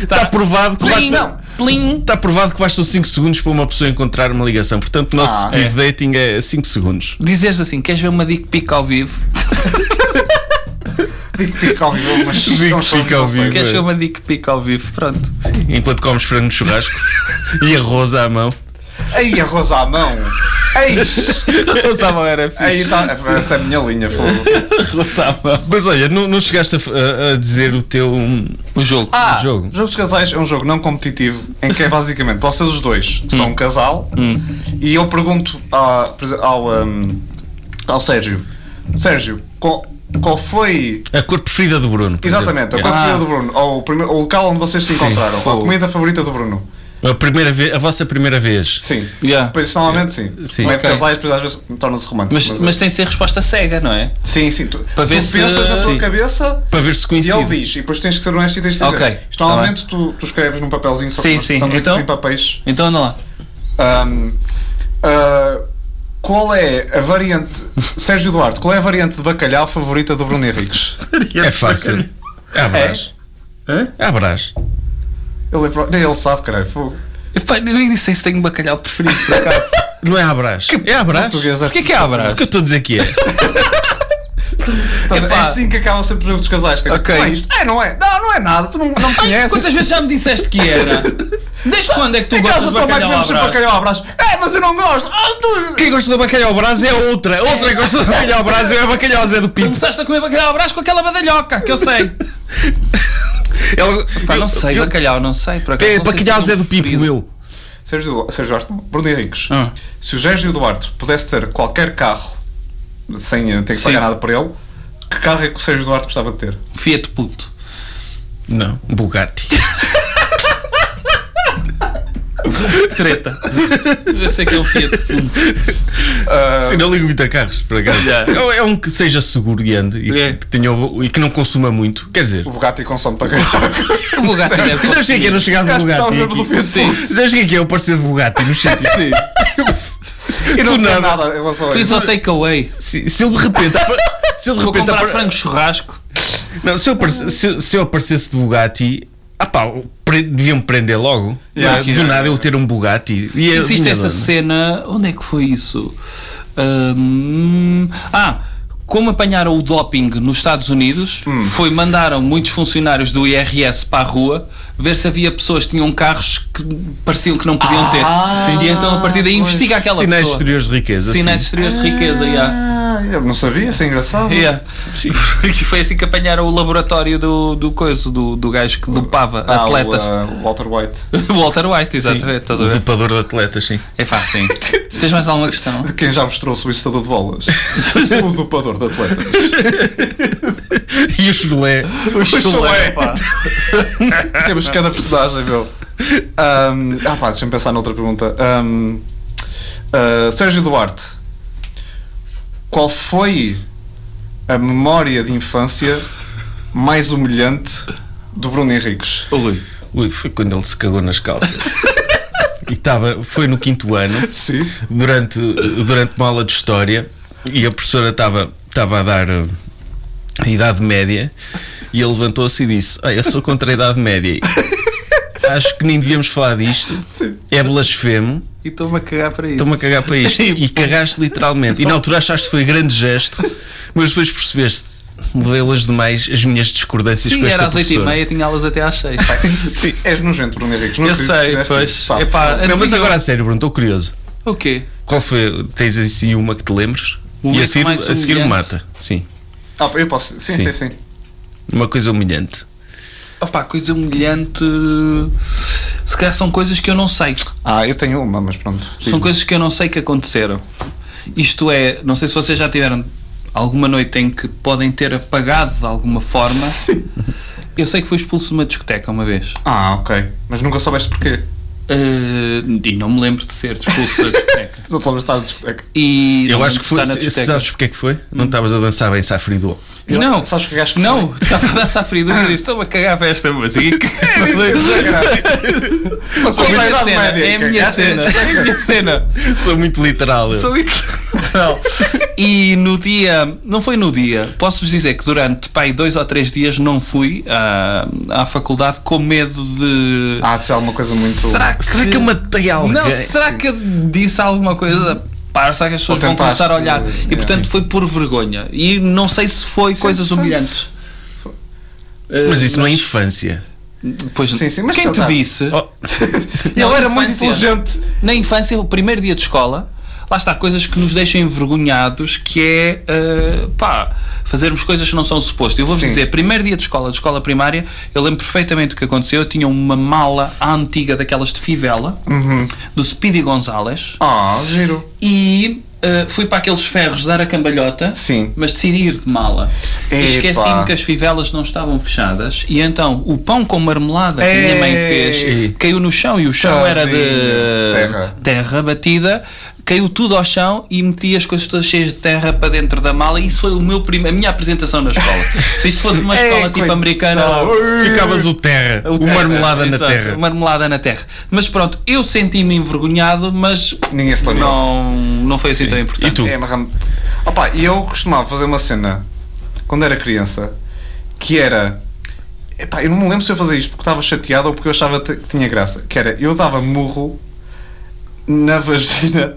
Speaker 3: Está
Speaker 5: tá.
Speaker 3: provado que
Speaker 2: Plim,
Speaker 3: basta.
Speaker 2: plim.
Speaker 3: Está provado que bastam 5 segundos para uma pessoa encontrar uma ligação. Portanto, o nosso
Speaker 5: Ah,
Speaker 3: speed dating é 5 segundos.
Speaker 2: Dizeres assim, queres ver uma dick pic ao vivo?
Speaker 5: Digo picoque, mas
Speaker 3: Digo
Speaker 5: são só
Speaker 3: picoque ao vivo.
Speaker 5: preconceitos.
Speaker 2: Queres ver uma dick pic ao vivo? Pronto.
Speaker 3: Enquanto comes frango de churrasco e arroz à mão.
Speaker 5: Ei, arroz à mão.
Speaker 2: É
Speaker 5: Ei,
Speaker 2: Roçava era
Speaker 5: Aí
Speaker 2: fixe.
Speaker 5: está, essa é a minha linha, fogo.
Speaker 2: Roçava.
Speaker 3: Mas olha, não, não chegaste a, f- a- a dizer o teu. hum,
Speaker 2: O jogo.
Speaker 5: Ah,
Speaker 3: O jogo.
Speaker 5: jogo. Jogo dos Casais é um jogo não competitivo em que é basicamente vocês os dois são um
Speaker 2: Hum.
Speaker 5: casal e eu pergunto a- por exemplo, ao, um, ao Sérgio: Sérgio, qual, qual foi.
Speaker 3: A cor preferida do Bruno. por
Speaker 5: Exatamente,
Speaker 3: exemplo.
Speaker 5: a
Speaker 3: É.
Speaker 5: cor preferida do Bruno, ou o, primeiro, o local onde vocês se encontraram,
Speaker 2: fogo.
Speaker 5: a comida favorita do Bruno.
Speaker 3: É. A, primeira vez, a vossa primeira vez.
Speaker 5: Sim.
Speaker 2: Yeah.
Speaker 5: Pois normalmente sim.
Speaker 3: Sim.
Speaker 5: Não é de
Speaker 2: Ok.
Speaker 5: casais, depois às vezes torna-se romântico. é
Speaker 2: Mas, é. mas tem de ser resposta cega, não é?
Speaker 5: sim, sim. Tu,
Speaker 2: Para ver
Speaker 5: tu
Speaker 2: se-
Speaker 5: pensas na tua
Speaker 2: sim.
Speaker 5: cabeça
Speaker 3: Para ver se
Speaker 5: E
Speaker 3: coincide.
Speaker 5: ele diz, e depois tens que ser honesto e tens de dizer.
Speaker 2: Ok, tá
Speaker 5: Isto normalmente tu, tu escreves num papelzinho só
Speaker 2: Sim,
Speaker 5: que nós
Speaker 2: sim,
Speaker 5: estamos
Speaker 2: então?
Speaker 5: aqui sem papéis.
Speaker 2: Então anda lá.
Speaker 5: Ahm, ah, qual é a variante. Sérgio Duarte, qual é a variante de bacalhau favorita do Bruno Henriques?
Speaker 3: É fácil. É a Brás. É a Brás.
Speaker 5: Ele, é pro- nem ele sabe, caralho. fogo.
Speaker 2: Epá, eu nem sei se tenho bacalhau preferido por acaso.
Speaker 3: Não é a Brás. É a Brás.
Speaker 5: português
Speaker 2: O que é que é a
Speaker 3: O
Speaker 2: Brás?
Speaker 3: que eu estou a dizer que é?
Speaker 5: Estás a ver? É
Speaker 2: Epá.
Speaker 5: assim que acabam sempre os jogos dos casais. que é
Speaker 2: Ok.
Speaker 5: tipo, Não é isto? É, não é? Não, não é nada. Tu não, não me
Speaker 2: Ai,
Speaker 5: conheces.
Speaker 2: quantas vezes já me disseste que era? Desde quando é que tu
Speaker 5: Em
Speaker 2: gostas de
Speaker 5: casa também
Speaker 2: bacalhau à
Speaker 5: comemos sempre
Speaker 2: brás?
Speaker 5: bacalhau à brás. É, mas eu não gosto. Ah, tu.
Speaker 3: Quem gosta do bacalhau brás é outra. Outra que gosta do bacalhau brás é o bacalhau Zé do Pinto.
Speaker 2: Começaste a comer bacalhau à brás com aquela badalhoca, que eu sei.
Speaker 3: Ela-
Speaker 2: Pá,
Speaker 3: eu-
Speaker 2: não sei,
Speaker 3: eu-
Speaker 2: bacalhau, não sei. Por acaso,
Speaker 3: É
Speaker 2: não sei
Speaker 3: bacalhau
Speaker 2: se
Speaker 3: Zé
Speaker 2: tenho
Speaker 3: do Pipo,
Speaker 2: preferido.
Speaker 3: meu.
Speaker 5: Sérgio, Du- Sérgio Duarte, não. Bruno Henriques.
Speaker 2: Ah.
Speaker 5: Se o Sérgio Duarte pudesse ter qualquer carro sem eh, ter que
Speaker 2: Sim.
Speaker 5: pagar nada por ele, que carro é que o Sérgio Duarte gostava de ter?
Speaker 2: Fiat puto.
Speaker 3: Não, Bugatti.
Speaker 2: Treta. Eu sei que é um Fiat puto.
Speaker 3: Sim, não ligo muito a carros, por acaso.
Speaker 2: Já.
Speaker 3: É um que seja seguro e ande e,
Speaker 2: É.
Speaker 3: que tenha, o- e que não consuma muito. Quer dizer,
Speaker 5: O Bugatti consome para ganhar.
Speaker 2: O Bugatti deve
Speaker 3: já cheguei que era chegar de
Speaker 5: Acho que
Speaker 3: Bugatti.
Speaker 5: estávamos no
Speaker 3: aqui.
Speaker 5: Facebook.
Speaker 3: Já cheguei que é o parceiro de Bugatti no chat.
Speaker 5: Eu não
Speaker 3: Do
Speaker 5: sei
Speaker 3: nada.
Speaker 5: nada em relação a
Speaker 2: Tu és
Speaker 5: isso.
Speaker 2: ao takeaway.
Speaker 3: Se, se eu de repente. apa- Se eu de
Speaker 2: Vou
Speaker 3: repente.
Speaker 2: comprar
Speaker 3: apa-
Speaker 2: frango churrasco.
Speaker 3: Não, se eu, aparece- se, eu- se eu aparecesse de Bugatti. Ah pá, pre- deviam-me prender logo.
Speaker 5: Yeah.
Speaker 3: Não, do nada eu ter um Bugatti. E eu-
Speaker 2: Existe
Speaker 3: minha
Speaker 2: essa
Speaker 3: dona.
Speaker 2: cena. Onde é que foi isso? Hum, ah, como apanharam o doping nos Estados Unidos, foi mandaram muitos funcionários do IRS para a rua ver se havia pessoas que tinham carros que pareciam que não podiam ter. e então a partir daí investiga aquela
Speaker 3: Sinais assim.
Speaker 2: pessoa.
Speaker 3: exteriores de riqueza.
Speaker 2: Sinais
Speaker 3: sim.
Speaker 2: exteriores de riqueza, yeah.
Speaker 5: Ah, eu não sabia, isso é engraçado.
Speaker 2: Yeah. E foi assim que apanharam o laboratório do, do coisa, do, do gajo que dopava
Speaker 5: Ah,
Speaker 2: atletas.
Speaker 5: O, ah, o Walter White.
Speaker 2: Walter White, exatamente. Estás a
Speaker 3: O
Speaker 2: ver?
Speaker 3: dopador de atletas, sim.
Speaker 2: É fácil. Tens mais alguma questão?
Speaker 5: De Quem já vos trouxe o estador de bolas? o dopador de atletas.
Speaker 3: E o chulé.
Speaker 2: Chulé, pá.
Speaker 5: Temos cada personagem, meu. Ahm, ah, pá, deixa-me pensar noutra pergunta. Ahm, ah, Sérgio Duarte, qual foi a memória de infância mais humilhante do Bruno Henriques?
Speaker 3: Ui, foi quando ele se cagou nas calças. e estava, foi no quinto ano,
Speaker 5: Sim.
Speaker 3: durante, durante uma aula de história, e a professora estava, estava a dar eh, a Idade Média, e ele levantou-se e disse: ah, Eu sou contra a Idade Média. Acho que nem devíamos falar disto. É blasfemo.
Speaker 2: E estou-me a cagar para isso.
Speaker 3: Estou-me a cagar para isto. E cagaste literalmente. E na altura achaste que foi grande gesto, mas depois percebeste. Levei-las demais as minhas discordâncias
Speaker 2: Sim,
Speaker 3: com esta
Speaker 2: era às 8 e
Speaker 3: professora.
Speaker 2: meia, tinha aulas até às 6.
Speaker 5: Sim. És nojento, Bruno Henriques. Não
Speaker 2: Eu
Speaker 5: acredito que
Speaker 2: sei,
Speaker 5: fizeste
Speaker 2: pois.
Speaker 5: isso. Pá,
Speaker 2: Epá,
Speaker 5: por favor.
Speaker 3: Não, mas
Speaker 2: Antiga-
Speaker 3: agora a sério, Bruno, estou curioso.
Speaker 2: O quê?
Speaker 3: Qual foi? Tens assim uma que te lembres? e
Speaker 2: O
Speaker 3: a
Speaker 2: momento
Speaker 3: seguir,
Speaker 2: mais
Speaker 3: a seguir
Speaker 2: humilhante.
Speaker 3: mata. Sim.
Speaker 5: Ah, pá, eu posso. Sim, sim,
Speaker 3: Sim.
Speaker 5: sim.
Speaker 3: Uma coisa humilhante.
Speaker 2: Opa, coisa humilhante. Se calhar são coisas que eu não sei.
Speaker 5: Ah, eu tenho uma, mas pronto.
Speaker 2: São coisas que eu não sei que aconteceram. Isto é, não sei se vocês já tiveram alguma noite em que podem ter apagado de alguma forma.
Speaker 5: Sim.
Speaker 2: Eu sei que fui expulso de uma discoteca uma vez.
Speaker 5: Ah, ok. Mas nunca soubeste porquê.
Speaker 2: Eh, e não me lembro de ser expulso da discoteca.
Speaker 5: Não soubeste estar a discoteca.
Speaker 2: E
Speaker 3: Eu
Speaker 2: não
Speaker 3: acho
Speaker 2: lembro
Speaker 3: que
Speaker 2: de
Speaker 3: foi.
Speaker 2: estar na
Speaker 3: se-
Speaker 2: discoteca. Hum.
Speaker 3: Sabes porque é que foi? Não estavas a dançar bem safrido.
Speaker 5: Eu-
Speaker 2: Não,
Speaker 5: sabes que acho que
Speaker 2: Não, estava a dançar frio e disse: estou a cagar para esta música.
Speaker 5: É, Só
Speaker 2: É a
Speaker 5: a
Speaker 2: minha
Speaker 5: idade
Speaker 2: cena,
Speaker 5: média,
Speaker 2: é a minha
Speaker 5: cagaste.
Speaker 2: cena, é a minha cena.
Speaker 3: Sou muito literal. eu.
Speaker 2: Sou literal. E no dia, não foi no dia, posso-vos dizer que durante pai, dois ou três dias não fui à, à faculdade com medo de.
Speaker 5: Ah, se é alguma coisa muito.
Speaker 3: Será que eu matei alguém?
Speaker 2: Não, será que eu disse alguma coisa? Pá, será que as pessoas
Speaker 5: Ou
Speaker 2: vão
Speaker 5: tentaste,
Speaker 2: começar a olhar? E
Speaker 5: yeah.
Speaker 2: portanto foi por vergonha. E não sei se foi coisas
Speaker 5: sim,
Speaker 2: humilhantes.
Speaker 3: Mas isso não é
Speaker 2: Mas-
Speaker 3: infância.
Speaker 2: Pois,
Speaker 5: Sim, sim, mas é
Speaker 2: quem te
Speaker 5: tentaste.
Speaker 2: disse?
Speaker 3: Oh,
Speaker 5: Ele
Speaker 2: Na
Speaker 5: era muito
Speaker 2: infância-
Speaker 5: inteligente.
Speaker 2: Na infância, o primeiro dia de escola, lá está, coisas que nos deixam envergonhados, que é eh, pá, fazermos coisas que não são suposto. Eu vou-vos
Speaker 5: Sim.
Speaker 2: dizer, primeiro dia de escola, de escola primária, eu lembro perfeitamente o que aconteceu. Eu tinha uma mala antiga daquelas de fivela, do Speedy Gonzales,
Speaker 5: Uhum. Ah, giro.
Speaker 2: e. eh, fui para aqueles ferros dar a cambalhota,
Speaker 5: Sim.
Speaker 2: mas decidi ir de mala. E
Speaker 5: Epa.
Speaker 2: Esqueci-me que as fivelas não estavam fechadas, e então o pão com marmelada que a minha mãe
Speaker 5: Ei.
Speaker 2: fez caiu no chão e o chão
Speaker 5: Tadinho.
Speaker 2: era de
Speaker 5: Terra.
Speaker 2: terra batida, caiu tudo ao chão e meti as coisas todas cheias de terra para dentro da mala e isso foi o meu prim- a minha apresentação na escola. Se isto fosse uma
Speaker 5: Ei,
Speaker 2: escola tipo
Speaker 5: coitado.
Speaker 2: americana,
Speaker 3: ficavas o terra. O
Speaker 2: terra,
Speaker 3: marmelada na
Speaker 2: exato,
Speaker 3: terra.
Speaker 2: Marmelada na terra. Mas pronto, eu senti-me envergonhado, mas
Speaker 5: Ninguém se lembrou.
Speaker 2: não, não foi assim tão importante.
Speaker 3: E tu?
Speaker 5: É, mas... Opa, e eu costumava fazer uma cena quando era criança que era. Epá, eu não me lembro se eu fazia isto porque estava chateado ou porque eu achava t- que tinha graça. Que era, eu dava murro na vagina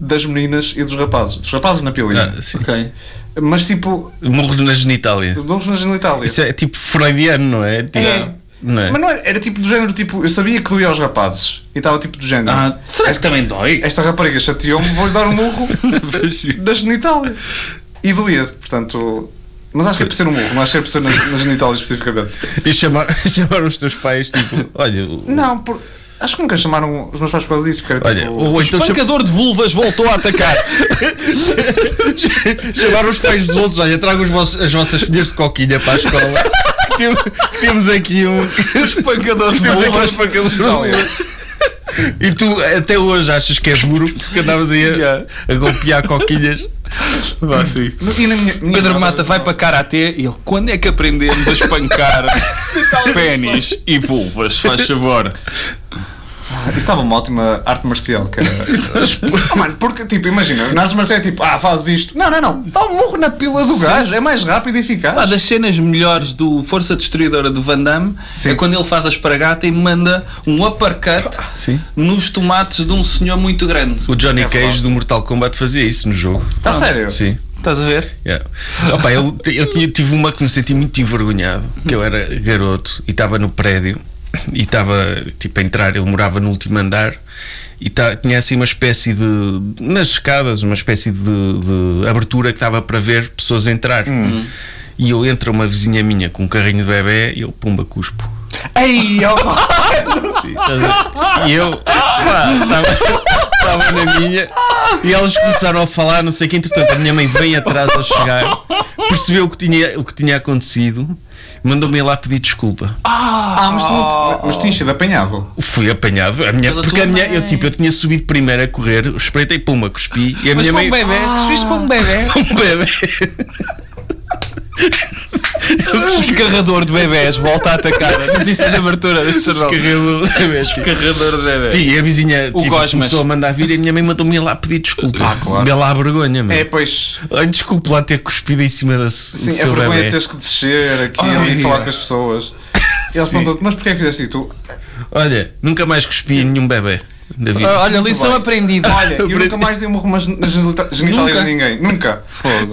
Speaker 5: das meninas e dos rapazes. Dos rapazes na pilinha.
Speaker 3: Ah, sim.
Speaker 2: Ok.
Speaker 5: Mas tipo,
Speaker 3: Morros na genitália.
Speaker 5: dou-vos na genitália.
Speaker 3: Isso é tipo freudiano, não é? Tipo,
Speaker 5: É.
Speaker 3: Não é?
Speaker 5: Mas não era, era tipo do género, tipo, eu sabia que doía aos rapazes e estava tipo do género.
Speaker 2: Ah, será que também dói?
Speaker 5: Esta rapariga chateou-me, vou-lhe dar um murro na genitália. E doía, portanto. Mas acho que é por ser um murro, não acho que é por ser na, na genitália especificamente.
Speaker 3: E chamar, chamar os teus pais, tipo, olha. o-
Speaker 5: Não, por- acho que nunca chamaram os meus pais por causa disso, porque era
Speaker 3: Olha,
Speaker 5: tipo.
Speaker 3: ou então cham-
Speaker 2: Espancador de vulvas voltou a atacar.
Speaker 3: chamar os pais dos outros, olha, traga os vossos- as vossas filhas de coquilha para a escola. Tem- temos aqui um.
Speaker 2: Espancador de
Speaker 3: Temos aqui um
Speaker 2: vulvas.
Speaker 3: espancador de bolas. E tu até hoje achas que é duro porque andavas aí a, a golpear coquilhas.
Speaker 5: E na minha- minha
Speaker 2: Pedro
Speaker 5: namorada-
Speaker 2: Mata vai para Karatê e ele, quando é que aprendemos a espancar pênis e vulvas? Faz favor.
Speaker 5: Isso estava uma ótima arte marcial, cara. oh, mano, porque, tipo, imagina, na arte marcial é tipo, ah, faz isto. Não, não, não. Dá um murro na pila do gajo, é mais rápido e eficaz.
Speaker 2: Pá, das cenas melhores do Força Destruidora do Van Damme
Speaker 5: Sim.
Speaker 2: é quando ele faz a espargata e manda um uppercut
Speaker 3: Sim.
Speaker 2: nos tomates de um senhor muito grande.
Speaker 3: O Johnny
Speaker 5: É
Speaker 3: Cage
Speaker 5: verdade.
Speaker 3: do Mortal Kombat fazia isso no jogo.
Speaker 5: A sério?
Speaker 3: Sim.
Speaker 2: Estás a ver?
Speaker 3: Yeah. Opa, eu, eu tinha- tive uma que me senti muito envergonhado, que eu era garoto e estava no prédio e estava tipo a entrar, eu morava no último andar e ta- tinha assim uma espécie de nas escadas, uma espécie de, de abertura que estava para ver pessoas entrar. E eu entro uma vizinha minha com um carrinho de bebê e eu pumba cuspo.
Speaker 5: Ei, ó,
Speaker 3: Sim, estás a ver? E eu estava na minha e elas começaram a falar, não sei o que, entretanto a minha mãe veio atrás a chegar, percebeu o que tinha, o que tinha acontecido, mandou-me ir lá pedir desculpa.
Speaker 5: Ah, mas tu, não
Speaker 2: Oh.
Speaker 5: te- mas tinha sido apanhado.
Speaker 3: Fui apanhado, a minha,
Speaker 2: Pela
Speaker 3: porque
Speaker 2: tua
Speaker 3: a minha, eu,
Speaker 2: mãe.
Speaker 3: tipo, eu tinha subido primeiro a correr, espreitei puma, cuspi e a
Speaker 2: Mas
Speaker 3: minha
Speaker 2: para um
Speaker 3: mãe.
Speaker 2: bebê, cuspiste para um bebê.
Speaker 3: Um bebê.
Speaker 2: O Um escarrador de bebés volta a atacar. A notícia de abertura deste jornal.
Speaker 3: Escarreu-
Speaker 2: Escarrador de bebés.
Speaker 3: E a vizinha
Speaker 2: O
Speaker 3: tipo,
Speaker 2: Gosmas.
Speaker 3: começou a mandar vir e a minha mãe mandou-me ir lá pedir desculpa.
Speaker 5: Ah, claro.
Speaker 3: Bela à vergonha, mano.
Speaker 5: É, pois.
Speaker 3: Ai, desculpe lá ter cuspido em cima da
Speaker 5: Sim, a
Speaker 3: seu
Speaker 5: vergonha
Speaker 3: bebé.
Speaker 5: de teres que descer aqui
Speaker 3: Ai,
Speaker 5: ali e falar
Speaker 3: yeah.
Speaker 5: com as pessoas. E eles
Speaker 3: Sim.
Speaker 5: perguntam-te, mas porquê é que fizeste isso? E tu,
Speaker 3: Olha, nunca mais cuspi em nenhum bebê da vida.
Speaker 2: Ah, Olha, lição
Speaker 5: bem.
Speaker 2: aprendida.
Speaker 5: Olha, eu nunca mais dei um rumo na genita- genitália
Speaker 2: Nunca?
Speaker 5: de ninguém. Nunca.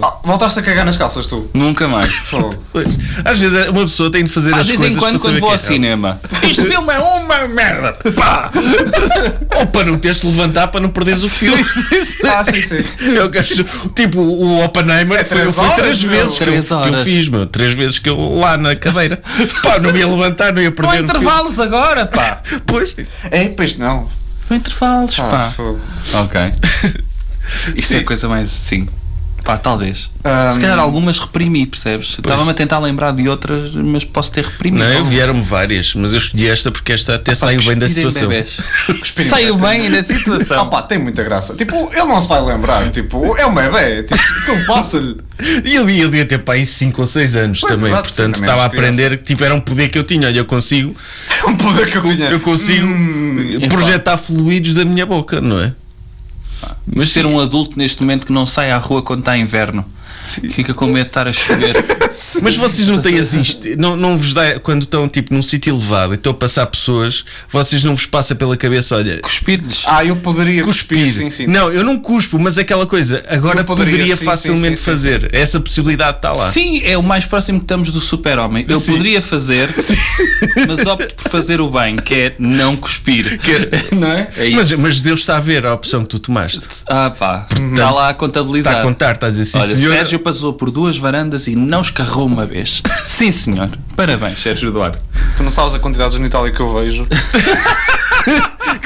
Speaker 5: Ah, voltaste a cagar nas calças, tu.
Speaker 2: Nunca mais.
Speaker 5: Fogo.
Speaker 3: Pois. Às vezes é, uma pessoa tem de fazer
Speaker 2: Pá,
Speaker 3: as
Speaker 2: de vez
Speaker 3: coisas
Speaker 2: em quando,
Speaker 3: para saber
Speaker 2: quando vou
Speaker 3: que
Speaker 2: ao
Speaker 3: é
Speaker 2: cinema, este filme é uma merda. Pá!
Speaker 3: real. Ou para não teres de levantar para não perderes o filme.
Speaker 5: Ah, sim, sim.
Speaker 3: Eu acho- tipo, o Oppenheimer foi,
Speaker 5: três
Speaker 3: foi
Speaker 5: horas,
Speaker 3: três
Speaker 5: meu.
Speaker 3: vezes que eu,
Speaker 2: Três
Speaker 3: que eu
Speaker 2: horas.
Speaker 3: fiz, meu. Três vezes que eu lá na cadeira. Pá, não ia levantar, não ia
Speaker 2: Não
Speaker 3: perder. o
Speaker 2: há
Speaker 3: filme.
Speaker 2: intervalos agora, pá!
Speaker 3: Pois.
Speaker 5: É, pois não.
Speaker 2: Não há intervalos,
Speaker 5: Ah,
Speaker 2: pá!
Speaker 5: fogo.
Speaker 2: Ok. Isso é coisa mais. Sim. Pá, talvez.
Speaker 5: Ahm.
Speaker 2: Se calhar algumas reprimi, percebes? Estava-me a tentar lembrar de outras, mas posso ter reprimido.
Speaker 3: Não, eu vieram-me várias, mas eu escolhi esta porque esta até saiu bem da situação.
Speaker 5: Cuspirem
Speaker 2: Saiu
Speaker 5: bastante.
Speaker 2: bem da situação.
Speaker 5: Ah, pá, tem muita graça. Tipo, ele não se vai lembrar. Tipo, é uma ideia. Tipo, que eu passo-lhe.
Speaker 3: E eu, eu devia ter para aí 5 ou 6 anos
Speaker 5: Pois,
Speaker 3: também,
Speaker 5: exato,
Speaker 3: portanto
Speaker 5: sim, também
Speaker 3: estava a
Speaker 5: és criança.
Speaker 3: aprender que tipo, era um poder que eu tinha. Olha, eu consigo,
Speaker 5: Um poder que eu tinha.
Speaker 3: eu consigo
Speaker 5: Hum,
Speaker 3: eh, projetar fluidos da minha boca, não é?
Speaker 2: Mas ser um adulto neste momento que não sai à rua quando está inverno. Fica com medo de estar a chover.
Speaker 3: Mas vocês não têm assim, isto- não, não vos dá, quando estão tipo num sítio elevado e estão a passar pessoas, vocês não vos passa pela cabeça, olha,
Speaker 2: Cuspir-lhes.
Speaker 5: Ah, eu poderia cuspir.
Speaker 3: cuspir.
Speaker 5: Sim, sim.
Speaker 3: Não, eu não cuspo, mas aquela coisa, agora
Speaker 5: Eu poderia,
Speaker 3: poderia,
Speaker 5: sim,
Speaker 3: facilmente
Speaker 5: sim, sim, sim.
Speaker 3: fazer. Essa possibilidade está lá.
Speaker 2: Sim, é o mais próximo que estamos do super-homem. Eu
Speaker 3: Sim.
Speaker 2: poderia fazer, mas opto por fazer o bem, que é não cuspir.
Speaker 5: Não é?
Speaker 2: É isso.
Speaker 3: mas, mas Deus está a ver a opção que tu tomaste.
Speaker 2: Ah pá, está lá a contabilizar.
Speaker 3: Está tá a contar, está a dizer sim,
Speaker 2: Tá. Olha,
Speaker 3: senhora.
Speaker 2: Sérgio passou por duas varandas e não escarrou uma vez. Sim, senhor. Parabéns, Sérgio Eduardo.
Speaker 5: Tu não sabes a quantidade de genitália que eu vejo.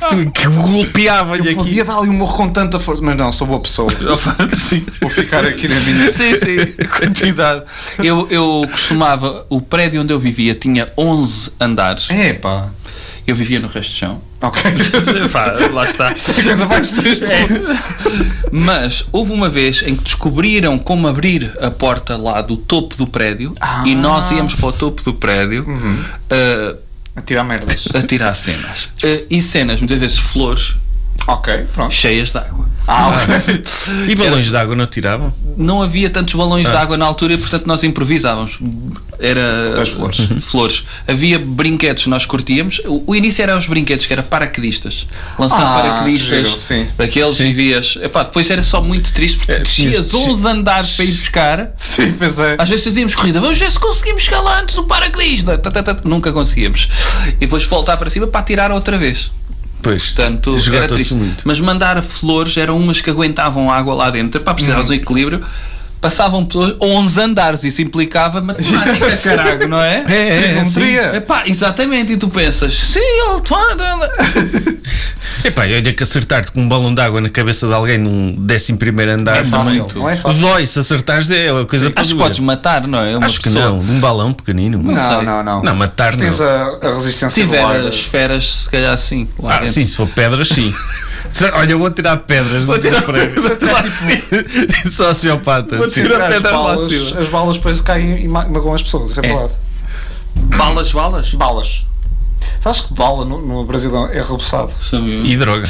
Speaker 3: que, que golpeava-lhe
Speaker 5: Eu
Speaker 3: aqui.
Speaker 5: podia dar ali um morro com tanta força. Mas não, sou boa pessoa.
Speaker 2: Oh, Sim.
Speaker 5: Vou ficar aqui na minha.
Speaker 2: Sim, sim, quantidade. Eu, eu costumava, o prédio onde eu vivia tinha 11 andares.
Speaker 5: É, pá.
Speaker 2: Eu vivia no resto de chão.
Speaker 5: Ok.
Speaker 2: Pá, lá está.
Speaker 5: Essa coisa mais triste.
Speaker 2: Mas houve uma vez em que descobriram como abrir a porta lá do topo do prédio e
Speaker 5: Ah.
Speaker 2: nós íamos para o topo do prédio
Speaker 5: Uhum.
Speaker 2: uh,
Speaker 5: A tirar merdas.
Speaker 2: a tirar cenas. Uh, e cenas, muitas vezes flores
Speaker 5: Ok, pronto.
Speaker 2: cheias de água.
Speaker 5: Ah, ok.
Speaker 3: E balões de água não tiravam?
Speaker 2: Não havia tantos balões
Speaker 5: Ah.
Speaker 2: de água na altura e, portanto, nós improvisávamos. Era.
Speaker 5: As flores.
Speaker 2: flores. Havia brinquedos que nós curtíamos. O, o início eram os brinquedos, que era paraquedistas. Lançar
Speaker 5: Ah,
Speaker 2: paraquedistas.
Speaker 5: que giro, sim.
Speaker 2: Daqueles vivias. Epá, depois era só muito triste porque
Speaker 3: É, tinhas-
Speaker 2: descias 11 andares para ir buscar.
Speaker 5: Sim, é. pensei.
Speaker 2: Às vezes fazíamos corrida, vamos ver se conseguimos chegar lá antes do paraquedista. Tá, tá, tá. Nunca conseguíamos. E depois voltar para cima para tirar outra vez.
Speaker 3: Pois.
Speaker 2: Portanto, era
Speaker 3: Esgota-se
Speaker 2: triste.
Speaker 3: muito.
Speaker 2: Mas mandar flores eram umas que aguentavam água lá dentro. Para precisar
Speaker 3: Hum.
Speaker 2: de um equilíbrio, passavam por 11 andares. Isso implicava matemática, caralho, não é?
Speaker 3: É, é, é,
Speaker 5: Trigonometria.
Speaker 2: Sim. Epá, exatamente, e tu pensas, sim, ele
Speaker 3: Epá, olha que acertar-te com um balão de água na cabeça de alguém num 11 primeiro andar
Speaker 5: É
Speaker 3: também.
Speaker 5: fácil. Não é fácil.
Speaker 3: Dói, se acertares é a coisa para
Speaker 2: Acho que
Speaker 3: doer.
Speaker 2: podes matar, não é? Uma
Speaker 3: Acho que
Speaker 2: pessoa.
Speaker 3: não, um balão pequenino.
Speaker 5: Não,
Speaker 2: sei.
Speaker 5: não, não.
Speaker 3: Não, matar não.
Speaker 5: Tens a, a resistência
Speaker 2: Se tiver
Speaker 5: do ar.
Speaker 2: as esferas, se calhar sim. lá
Speaker 3: Ah,
Speaker 2: dentro.
Speaker 3: sim, se for pedras, sim. Se- olha, eu vou tirar pedras. Vou tirar pedras. tipo Sociopata. sim.
Speaker 2: tirar-
Speaker 5: As
Speaker 2: pedra lá
Speaker 5: balas,
Speaker 2: acima.
Speaker 5: as balas depois caem e ma- magoam as pessoas, isso é, verdade.
Speaker 2: Balas, balas?
Speaker 5: Balas. Sabes Sabes que bala no, no Brasil é rebuçado?
Speaker 2: Sabia.
Speaker 3: E droga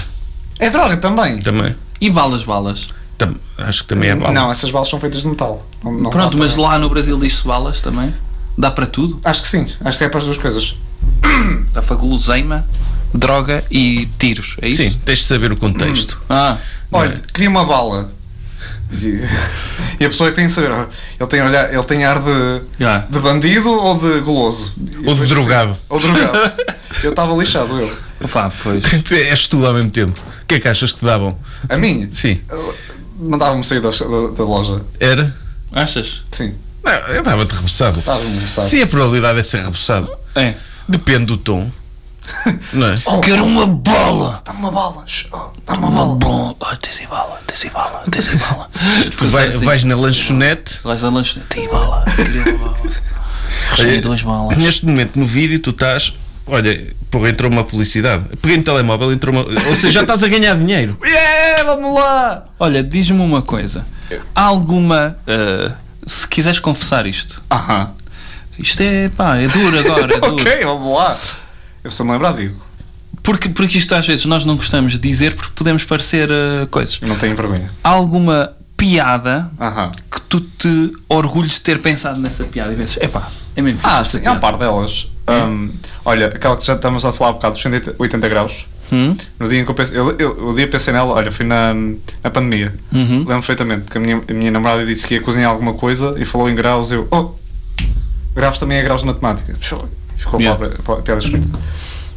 Speaker 5: É droga também.
Speaker 3: também.
Speaker 2: E balas, balas.
Speaker 3: Tam- acho que também é bala.
Speaker 5: Não, essas balas são feitas de metal. Não- não
Speaker 2: Pronto,
Speaker 5: dá
Speaker 2: mas
Speaker 5: para-
Speaker 2: lá no Brasil diz-se balas também. Dá para tudo.
Speaker 5: Acho que sim, acho que é para as duas coisas.
Speaker 2: Dá para guloseima, droga e tiros. É isso?
Speaker 3: Sim, tens de saber o contexto.
Speaker 2: Ah,
Speaker 5: Olha,
Speaker 3: Não
Speaker 5: queria uma bala. E, e a pessoa tem de saber, ele tem, olhar, ele tem ar de,
Speaker 2: Já.
Speaker 5: de bandido ou de goloso? E
Speaker 3: Ou de
Speaker 5: depois
Speaker 3: drogado.
Speaker 5: assim. Ou drogado. eu estava lixado, eu.
Speaker 2: pá, pois.
Speaker 5: Hum.
Speaker 3: És tudo ao mesmo tempo. O que é que achas que te davam?
Speaker 5: A mim?
Speaker 3: Sim.
Speaker 5: Mandavam-me sair da, da, da loja.
Speaker 3: Era?
Speaker 2: Achas?
Speaker 5: Sim,
Speaker 3: Não, eu dava-te rebuçado.
Speaker 5: estava-me, sabe?
Speaker 3: Sim, a probabilidade é ser rebuçado.
Speaker 2: É.
Speaker 3: Depende do tom. Não é?
Speaker 2: Oh, Quero uma bola!
Speaker 5: Dá-me uma bala, shh, oh, dá-me uma bala.
Speaker 2: Uma bola! Olha, tens aí bala, tens aí bala, tens aí bala. é,
Speaker 3: Tu vai- vais na lanchonete.
Speaker 2: Vais na lanchonete. Tem bala, queria uma bala. Recebi duas balas.
Speaker 3: Neste momento, no vídeo, tu estás. Olha, porra, entrou uma publicidade. Peguei no telemóvel, entrou uma. Ou seja, já estás a ganhar dinheiro.
Speaker 2: É, vamos lá! Olha, diz-me uma coisa. Há alguma. eh, se quiseres confessar isto.
Speaker 5: Aham.
Speaker 2: Isto é, pá, é duro agora, é duro.
Speaker 5: ok, vamos lá. Eu só me lembrar, digo.
Speaker 2: porque, porque isto às vezes nós não gostamos de dizer porque podemos parecer eh, coisas.
Speaker 5: Eu não tenho vergonha.
Speaker 2: Há alguma piada
Speaker 5: Aham.
Speaker 2: que tu te orgulhes de ter pensado nessa piada e pensas, epá, é mesmo fixe
Speaker 5: Ah,
Speaker 2: esta
Speaker 5: sim, há um
Speaker 2: piada."
Speaker 5: par delas. Hum, olha, aquela que já estamos a falar há bocado, dos 180 graus.
Speaker 2: Hum?
Speaker 5: No dia em que eu pensei, eu, eu- o dia que pensei nela, olha, foi na, na pandemia.
Speaker 2: Uhum.
Speaker 5: Lembro perfeitamente, porque a minha, a minha namorada disse que ia cozinhar alguma coisa e falou em graus. Eu, oh, graus também é graus de matemática. Pô, Ficou
Speaker 3: Yeah.
Speaker 5: a palavra- a piada escrita.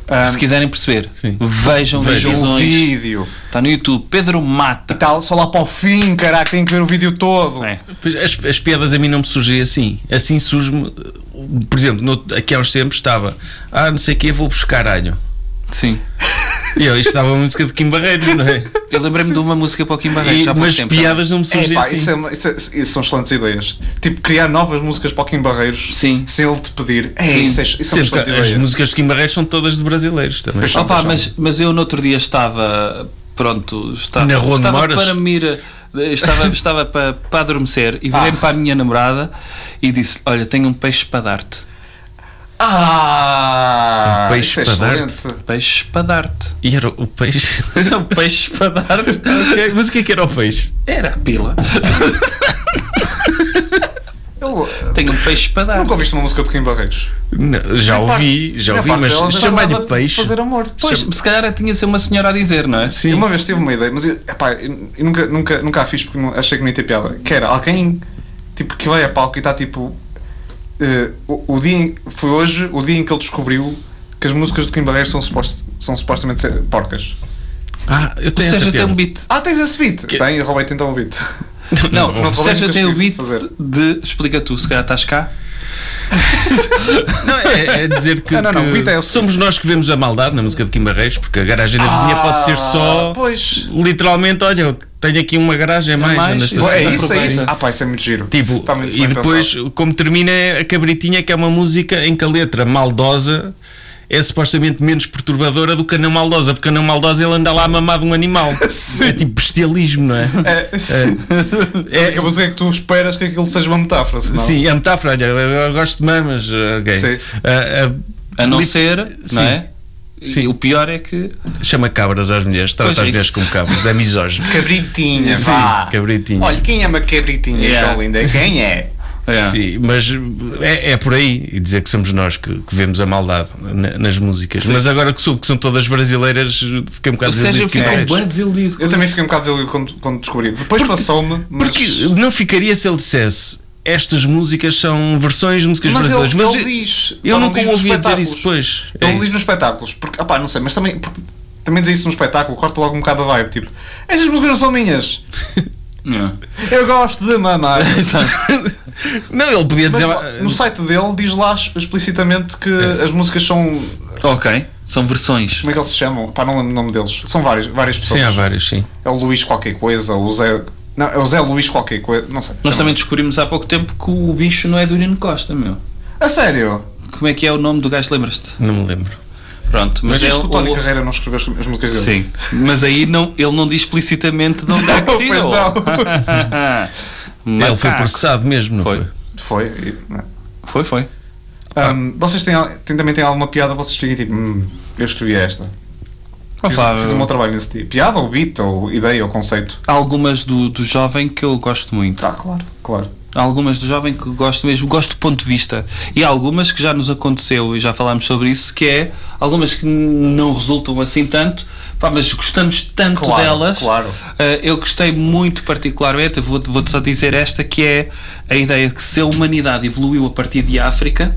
Speaker 5: é um
Speaker 2: Se quiserem perceber,
Speaker 3: Sim.
Speaker 2: vejam,
Speaker 5: Vejam o
Speaker 2: visões.
Speaker 5: vídeo
Speaker 2: Está no YouTube. Pedro
Speaker 5: e
Speaker 2: Mata.
Speaker 5: tal, só lá para o fim, caraca, tem que ver o vídeo todo.
Speaker 2: É.
Speaker 3: Pois, As, as piadas a mim não me surgem assim. Assim surge-me. uh, Por exemplo, no- aqui há uns tempos estava. Ah, não sei o que, vou buscar alho.
Speaker 2: Sim.
Speaker 3: E eu, isto estava uma música de Kim Barreiros, não é?
Speaker 2: Eu lembrei-me de uma música para o Kim Barreiros
Speaker 3: E,
Speaker 2: há pouco
Speaker 3: mas
Speaker 2: tempo.
Speaker 3: piadas não me surgem
Speaker 5: Epá,
Speaker 3: assim.
Speaker 5: isso, é uma- isso é- isso são excelentes ideias. Tipo, criar novas músicas para o Kim Barreiros
Speaker 2: Sim.
Speaker 5: sem ele te pedir. É,
Speaker 2: Sim.
Speaker 5: isso é, isso é uma
Speaker 3: Sempre que
Speaker 5: excelente
Speaker 3: as
Speaker 5: ideia.
Speaker 3: músicas de Kim Barreiros são todas de brasileiros também.
Speaker 5: Pois são.
Speaker 2: Opa,
Speaker 5: Deixa-me.
Speaker 2: mas, mas eu no outro dia estava. Pronto, estava,
Speaker 3: Na Rua de
Speaker 2: estava
Speaker 3: Moras?
Speaker 2: para me ir. a- Estava, estava para, para adormecer e virei-me
Speaker 3: Ah.
Speaker 2: para a minha namorada e disse: Olha, tenho um peixe para dar-te.
Speaker 5: Ah!
Speaker 3: Um peixe
Speaker 5: isso é
Speaker 3: para
Speaker 5: excelente.
Speaker 2: Peixe para dar-te.
Speaker 3: E era o um peixe.
Speaker 2: Não, peixe para dar-te.
Speaker 3: Ok, Mas o que é que era o peixe?
Speaker 2: Era a pila.
Speaker 5: Eu,
Speaker 2: Tenho um peixe para dar.
Speaker 5: nunca ouviste uma música de Kim Barreiros.
Speaker 3: Não, já ouvi, já
Speaker 5: Na
Speaker 3: ouvi,
Speaker 5: parte delas
Speaker 3: mas
Speaker 5: eu
Speaker 3: chamar-lhe
Speaker 5: falava de
Speaker 3: peixe.
Speaker 5: Fazer um- amor.
Speaker 2: Pois, se calhar tinha de ser uma senhora a dizer, não é?
Speaker 5: Eu
Speaker 3: Sim.
Speaker 5: Uma vez tive uma ideia, mas eu, epá, eu- eu nunca, nunca, nunca a fiz porque não- achei que não ia ter piada. Que era alguém tipo, que vai a palco e está tipo. eh, o, o dia em- foi hoje o dia em que ele descobriu que as músicas do Kim Barreiros são, supost- são supostamente ser porcas.
Speaker 3: Ah, eu
Speaker 2: O
Speaker 3: tenho essa
Speaker 2: Sérgio tem
Speaker 3: piada.
Speaker 2: um beat.
Speaker 5: Ah, tens esse beat? Tem, eu roubei-te então o beat.
Speaker 2: Não,
Speaker 5: não
Speaker 2: o
Speaker 5: vou
Speaker 2: Sérgio
Speaker 5: nunca
Speaker 2: tem o
Speaker 5: conseguir
Speaker 2: beat
Speaker 5: fazer.
Speaker 2: de. Explica tu, se calhar estás cá.
Speaker 3: Não, é, é dizer que,
Speaker 5: Ah, não, não,
Speaker 3: que
Speaker 5: o beat é o-
Speaker 3: somos nós que vemos a maldade na música de Kim Barreiros, porque a garagem da vizinha pode
Speaker 2: Ah,
Speaker 3: ser só.
Speaker 5: Ah, Pois.
Speaker 3: Literalmente, olha, eu tenho aqui uma garagem a mais,
Speaker 2: mais,
Speaker 3: na
Speaker 2: é
Speaker 5: Pô,
Speaker 3: estação.
Speaker 5: é isso, é
Speaker 2: aproveita.
Speaker 5: isso. Ah, pá, isso é muito giro.
Speaker 3: Tipo,
Speaker 5: Isso está muito
Speaker 3: e
Speaker 5: bem
Speaker 3: depois,
Speaker 5: pensado.
Speaker 3: como termina a cabritinha, que é uma música em que a letra maldosa é supostamente menos perturbadora do que a não maldosa, porque a não maldosa ele anda lá a mamar de um animal. É tipo bestialismo, não é?
Speaker 5: É, sim.
Speaker 3: É-
Speaker 5: É que eu vou dizer que tu esperas que aquilo seja uma metáfora, senão.
Speaker 3: Sim, a metáfora, olha, eu, eu gosto de mamas, eh, ok.
Speaker 5: Sim.
Speaker 3: A,
Speaker 2: A não
Speaker 3: eh, li-
Speaker 2: ser, não
Speaker 3: Sim.
Speaker 2: é? E
Speaker 3: Sim.
Speaker 2: O pior é que.
Speaker 3: Chama cabras às mulheres, trata
Speaker 2: Pois é
Speaker 3: as mulheres
Speaker 2: isso.
Speaker 3: como cabras, é misógino.
Speaker 5: Cabritinha,
Speaker 3: Sim,
Speaker 5: vá.
Speaker 3: cabritinha.
Speaker 5: Olha, quem ama cabritinha
Speaker 2: Yeah.
Speaker 5: tão linda? Quem é?
Speaker 2: É.
Speaker 3: Sim, mas é, é por aí e dizer que somos nós que, que vemos a maldade na- nas músicas. Mas agora que soube que são todas brasileiras, fiquei um
Speaker 2: O
Speaker 3: bocado
Speaker 2: Sérgio
Speaker 3: desiludido que
Speaker 2: ficou
Speaker 3: não és.
Speaker 2: bem desiludido. com
Speaker 5: Eu também
Speaker 2: isso.
Speaker 5: fiquei um bocado desiludido quando, quando descobri. Depois passou-me, mas.
Speaker 3: Porque não ficaria se ele dissesse estas músicas são versões de músicas
Speaker 5: Mas ele-
Speaker 3: brasileiras.
Speaker 5: ele
Speaker 3: eu-
Speaker 5: diz,
Speaker 3: eu
Speaker 5: só não
Speaker 3: nunca
Speaker 5: diz
Speaker 3: o
Speaker 5: nos
Speaker 3: ouvi a dizer
Speaker 5: espetáculos.
Speaker 3: isso depois. É
Speaker 5: Ele
Speaker 3: isso.
Speaker 5: diz nos espetáculos, porque, opá, não sei, mas também, porque também dizer isso num espetáculo, corta logo um bocado a vibe, tipo, estas músicas não são minhas,
Speaker 2: É.
Speaker 5: eu gosto de mamar.
Speaker 3: Não, ele podia
Speaker 5: Mas
Speaker 3: dizer. "Ah,
Speaker 5: lá- no site dele diz lá explicitamente que as músicas são.
Speaker 2: Ok, são versões.
Speaker 5: Como é que eles se chamam? Pá, não lembro o nome deles. São várias, várias pessoas.
Speaker 3: Sim, há vários, sim.
Speaker 5: É o Luís qualquer coisa, o Zé. Não, é o Zé Luís qualquer coisa, não sei.
Speaker 2: Nós também descobrimos há pouco tempo que o bicho não é do Irino Costa, meu.
Speaker 5: A sério?
Speaker 2: Como é que é o nome do gajo? Lembras-te?
Speaker 3: Não me lembro.
Speaker 2: Pronto,
Speaker 5: Mas
Speaker 2: mas,
Speaker 5: diz
Speaker 2: ele.
Speaker 5: que o Tony
Speaker 2: o-
Speaker 5: Carreira não escreveu as as músicas dele.
Speaker 2: Sim, mas aí não, ele não diz explicitamente de onde é que
Speaker 5: Não, pois
Speaker 2: tirou.
Speaker 5: não.
Speaker 2: Macaco.
Speaker 3: Ele foi processado mesmo, não foi?
Speaker 2: Foi.
Speaker 5: Foi. e- não é?
Speaker 2: Foi, foi.
Speaker 5: Ahm, vocês têm, al- têm- também têm alguma piada, vocês fiquem tipo, "Hum, eu escrevi esta. Fiz,
Speaker 2: Opa,
Speaker 5: fiz o meu trabalho nesse tipo. Piada ou beat, ou ideia, ou conceito.
Speaker 2: Há algumas do, do jovem que eu gosto muito.
Speaker 5: Tá, claro, claro.
Speaker 2: Há algumas do jovem que gosto mesmo, gosto do ponto de vista. E há algumas que já nos aconteceu e já falámos sobre isso, que é algumas que n- não resultam assim tanto, pá, mas gostamos tanto
Speaker 5: Claro,
Speaker 2: delas.
Speaker 5: claro.
Speaker 2: Eh, eu gostei muito particularmente, vou- vou-te só dizer esta, que é a ideia que se a humanidade evoluiu a partir de África,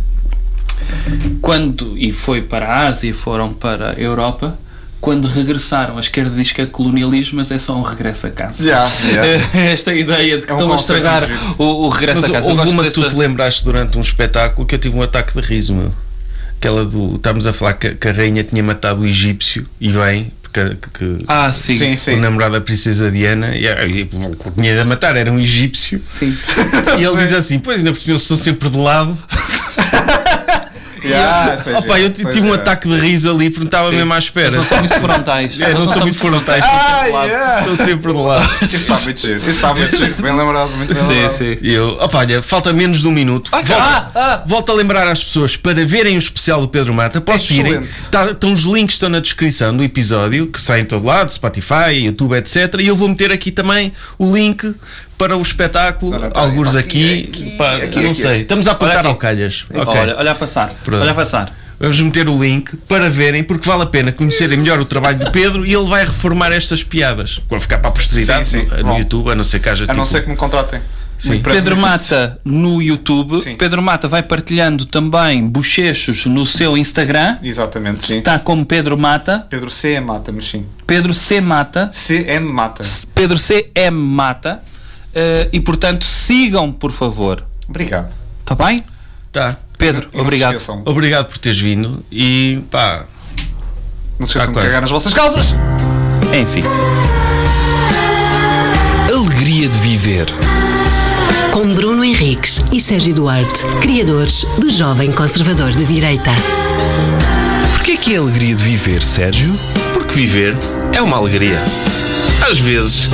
Speaker 2: quando e foi para a Ásia e foram para a Europa, quando regressaram, a esquerda diz que é colonialismo, mas é só um regresso a casa.
Speaker 5: Yeah, yeah.
Speaker 2: Esta ideia de que
Speaker 5: É um
Speaker 2: estão a
Speaker 5: conceito
Speaker 2: estragar
Speaker 5: muito giro.
Speaker 2: o, o regresso
Speaker 3: Mas
Speaker 2: a casa. Eu
Speaker 3: houve
Speaker 2: gosto
Speaker 3: uma que
Speaker 2: dessa-
Speaker 3: tu te lembraste durante um espetáculo que eu tive um ataque de riso, meu. Aquela do. Estávamos a falar que, que a rainha tinha matado o egípcio e bem, porque que,
Speaker 2: Ah, sim.
Speaker 5: Sim,
Speaker 3: o namorado da princesa Diana e, e, e tinha de a matar, era um egípcio.
Speaker 2: Sim.
Speaker 5: Ah,
Speaker 3: E ele diz assim: Pois ainda por cima eu sou sempre de lado.
Speaker 5: Yeah, seja,
Speaker 3: Opa, eu ti-
Speaker 5: seja.
Speaker 3: tive um ataque de riso ali porque não estava mesmo à espera.
Speaker 2: Eles não são muito frontais.
Speaker 3: É,
Speaker 2: Eles
Speaker 3: não sou muito frontais, estou
Speaker 5: Ah,
Speaker 3: sempre de lado.
Speaker 5: yeah.
Speaker 3: Estou sempre de lado.
Speaker 5: Isso está muito giro. Isso está muito giro. Bem lembrado, muito bem
Speaker 2: Sim,
Speaker 5: lembrado.
Speaker 2: sim.
Speaker 3: E eu, opa, olha, falta menos de um minuto.
Speaker 2: ah, ah.
Speaker 3: Volto a lembrar às pessoas para verem o especial do Pedro Mata. Posso irem.
Speaker 5: Excelente.
Speaker 3: Tá, estão os links estão na descrição do episódio, que saem de todo lado, Spotify, YouTube, etc. E eu vou meter aqui também o link para o espetáculo,
Speaker 5: Ora, peraí,
Speaker 3: alguns aqui.
Speaker 5: aqui, aqui,
Speaker 3: pá,
Speaker 5: aqui,
Speaker 3: não
Speaker 5: aqui.
Speaker 3: sei. Estamos a
Speaker 2: Olha
Speaker 3: apontar
Speaker 2: aqui.
Speaker 3: ao calhas. é. Ok.
Speaker 2: Olha, olha a passar.
Speaker 3: Pronto.
Speaker 2: Olha a passar.
Speaker 3: Vamos meter o link para verem, porque vale a pena conhecerem melhor o trabalho do Pedro e ele vai reformar estas piadas. Vão ficar para a posteridade
Speaker 5: Sim, sim.
Speaker 3: no, no
Speaker 5: Bom.
Speaker 3: YouTube, a não ser que haja
Speaker 5: A não
Speaker 3: tipo-
Speaker 5: ser que me contratem. Muito
Speaker 2: Pedro
Speaker 5: brevemente.
Speaker 2: Mata no YouTube.
Speaker 5: Sim.
Speaker 2: Pedro Mata vai partilhando também bochechos no seu Instagram.
Speaker 5: Exatamente, sim.
Speaker 2: Está como Pedro Mata.
Speaker 5: Pedro C. mata-nos, sim.
Speaker 2: Pedro C. Mata.
Speaker 5: CM mata.
Speaker 2: Pedro C. M. Mata. Eh, e portanto, sigam, por favor.
Speaker 5: Obrigado.
Speaker 2: Está bem?
Speaker 3: Tá.
Speaker 2: Pedro,
Speaker 5: E não se
Speaker 2: obrigado.
Speaker 5: esqueçam-
Speaker 3: Obrigado por teres vindo e pá.
Speaker 5: Não se esqueçam
Speaker 3: Ah,
Speaker 5: de
Speaker 3: quase.
Speaker 5: cagar nas vossas calças.
Speaker 2: Enfim.
Speaker 1: Alegria de viver.
Speaker 4: Com Bruno Henriques e Sérgio Duarte, criadores do Jovem Conservador de Direita.
Speaker 1: Porquê que é alegria de viver, Sérgio?
Speaker 6: Porque viver é uma alegria. Às vezes.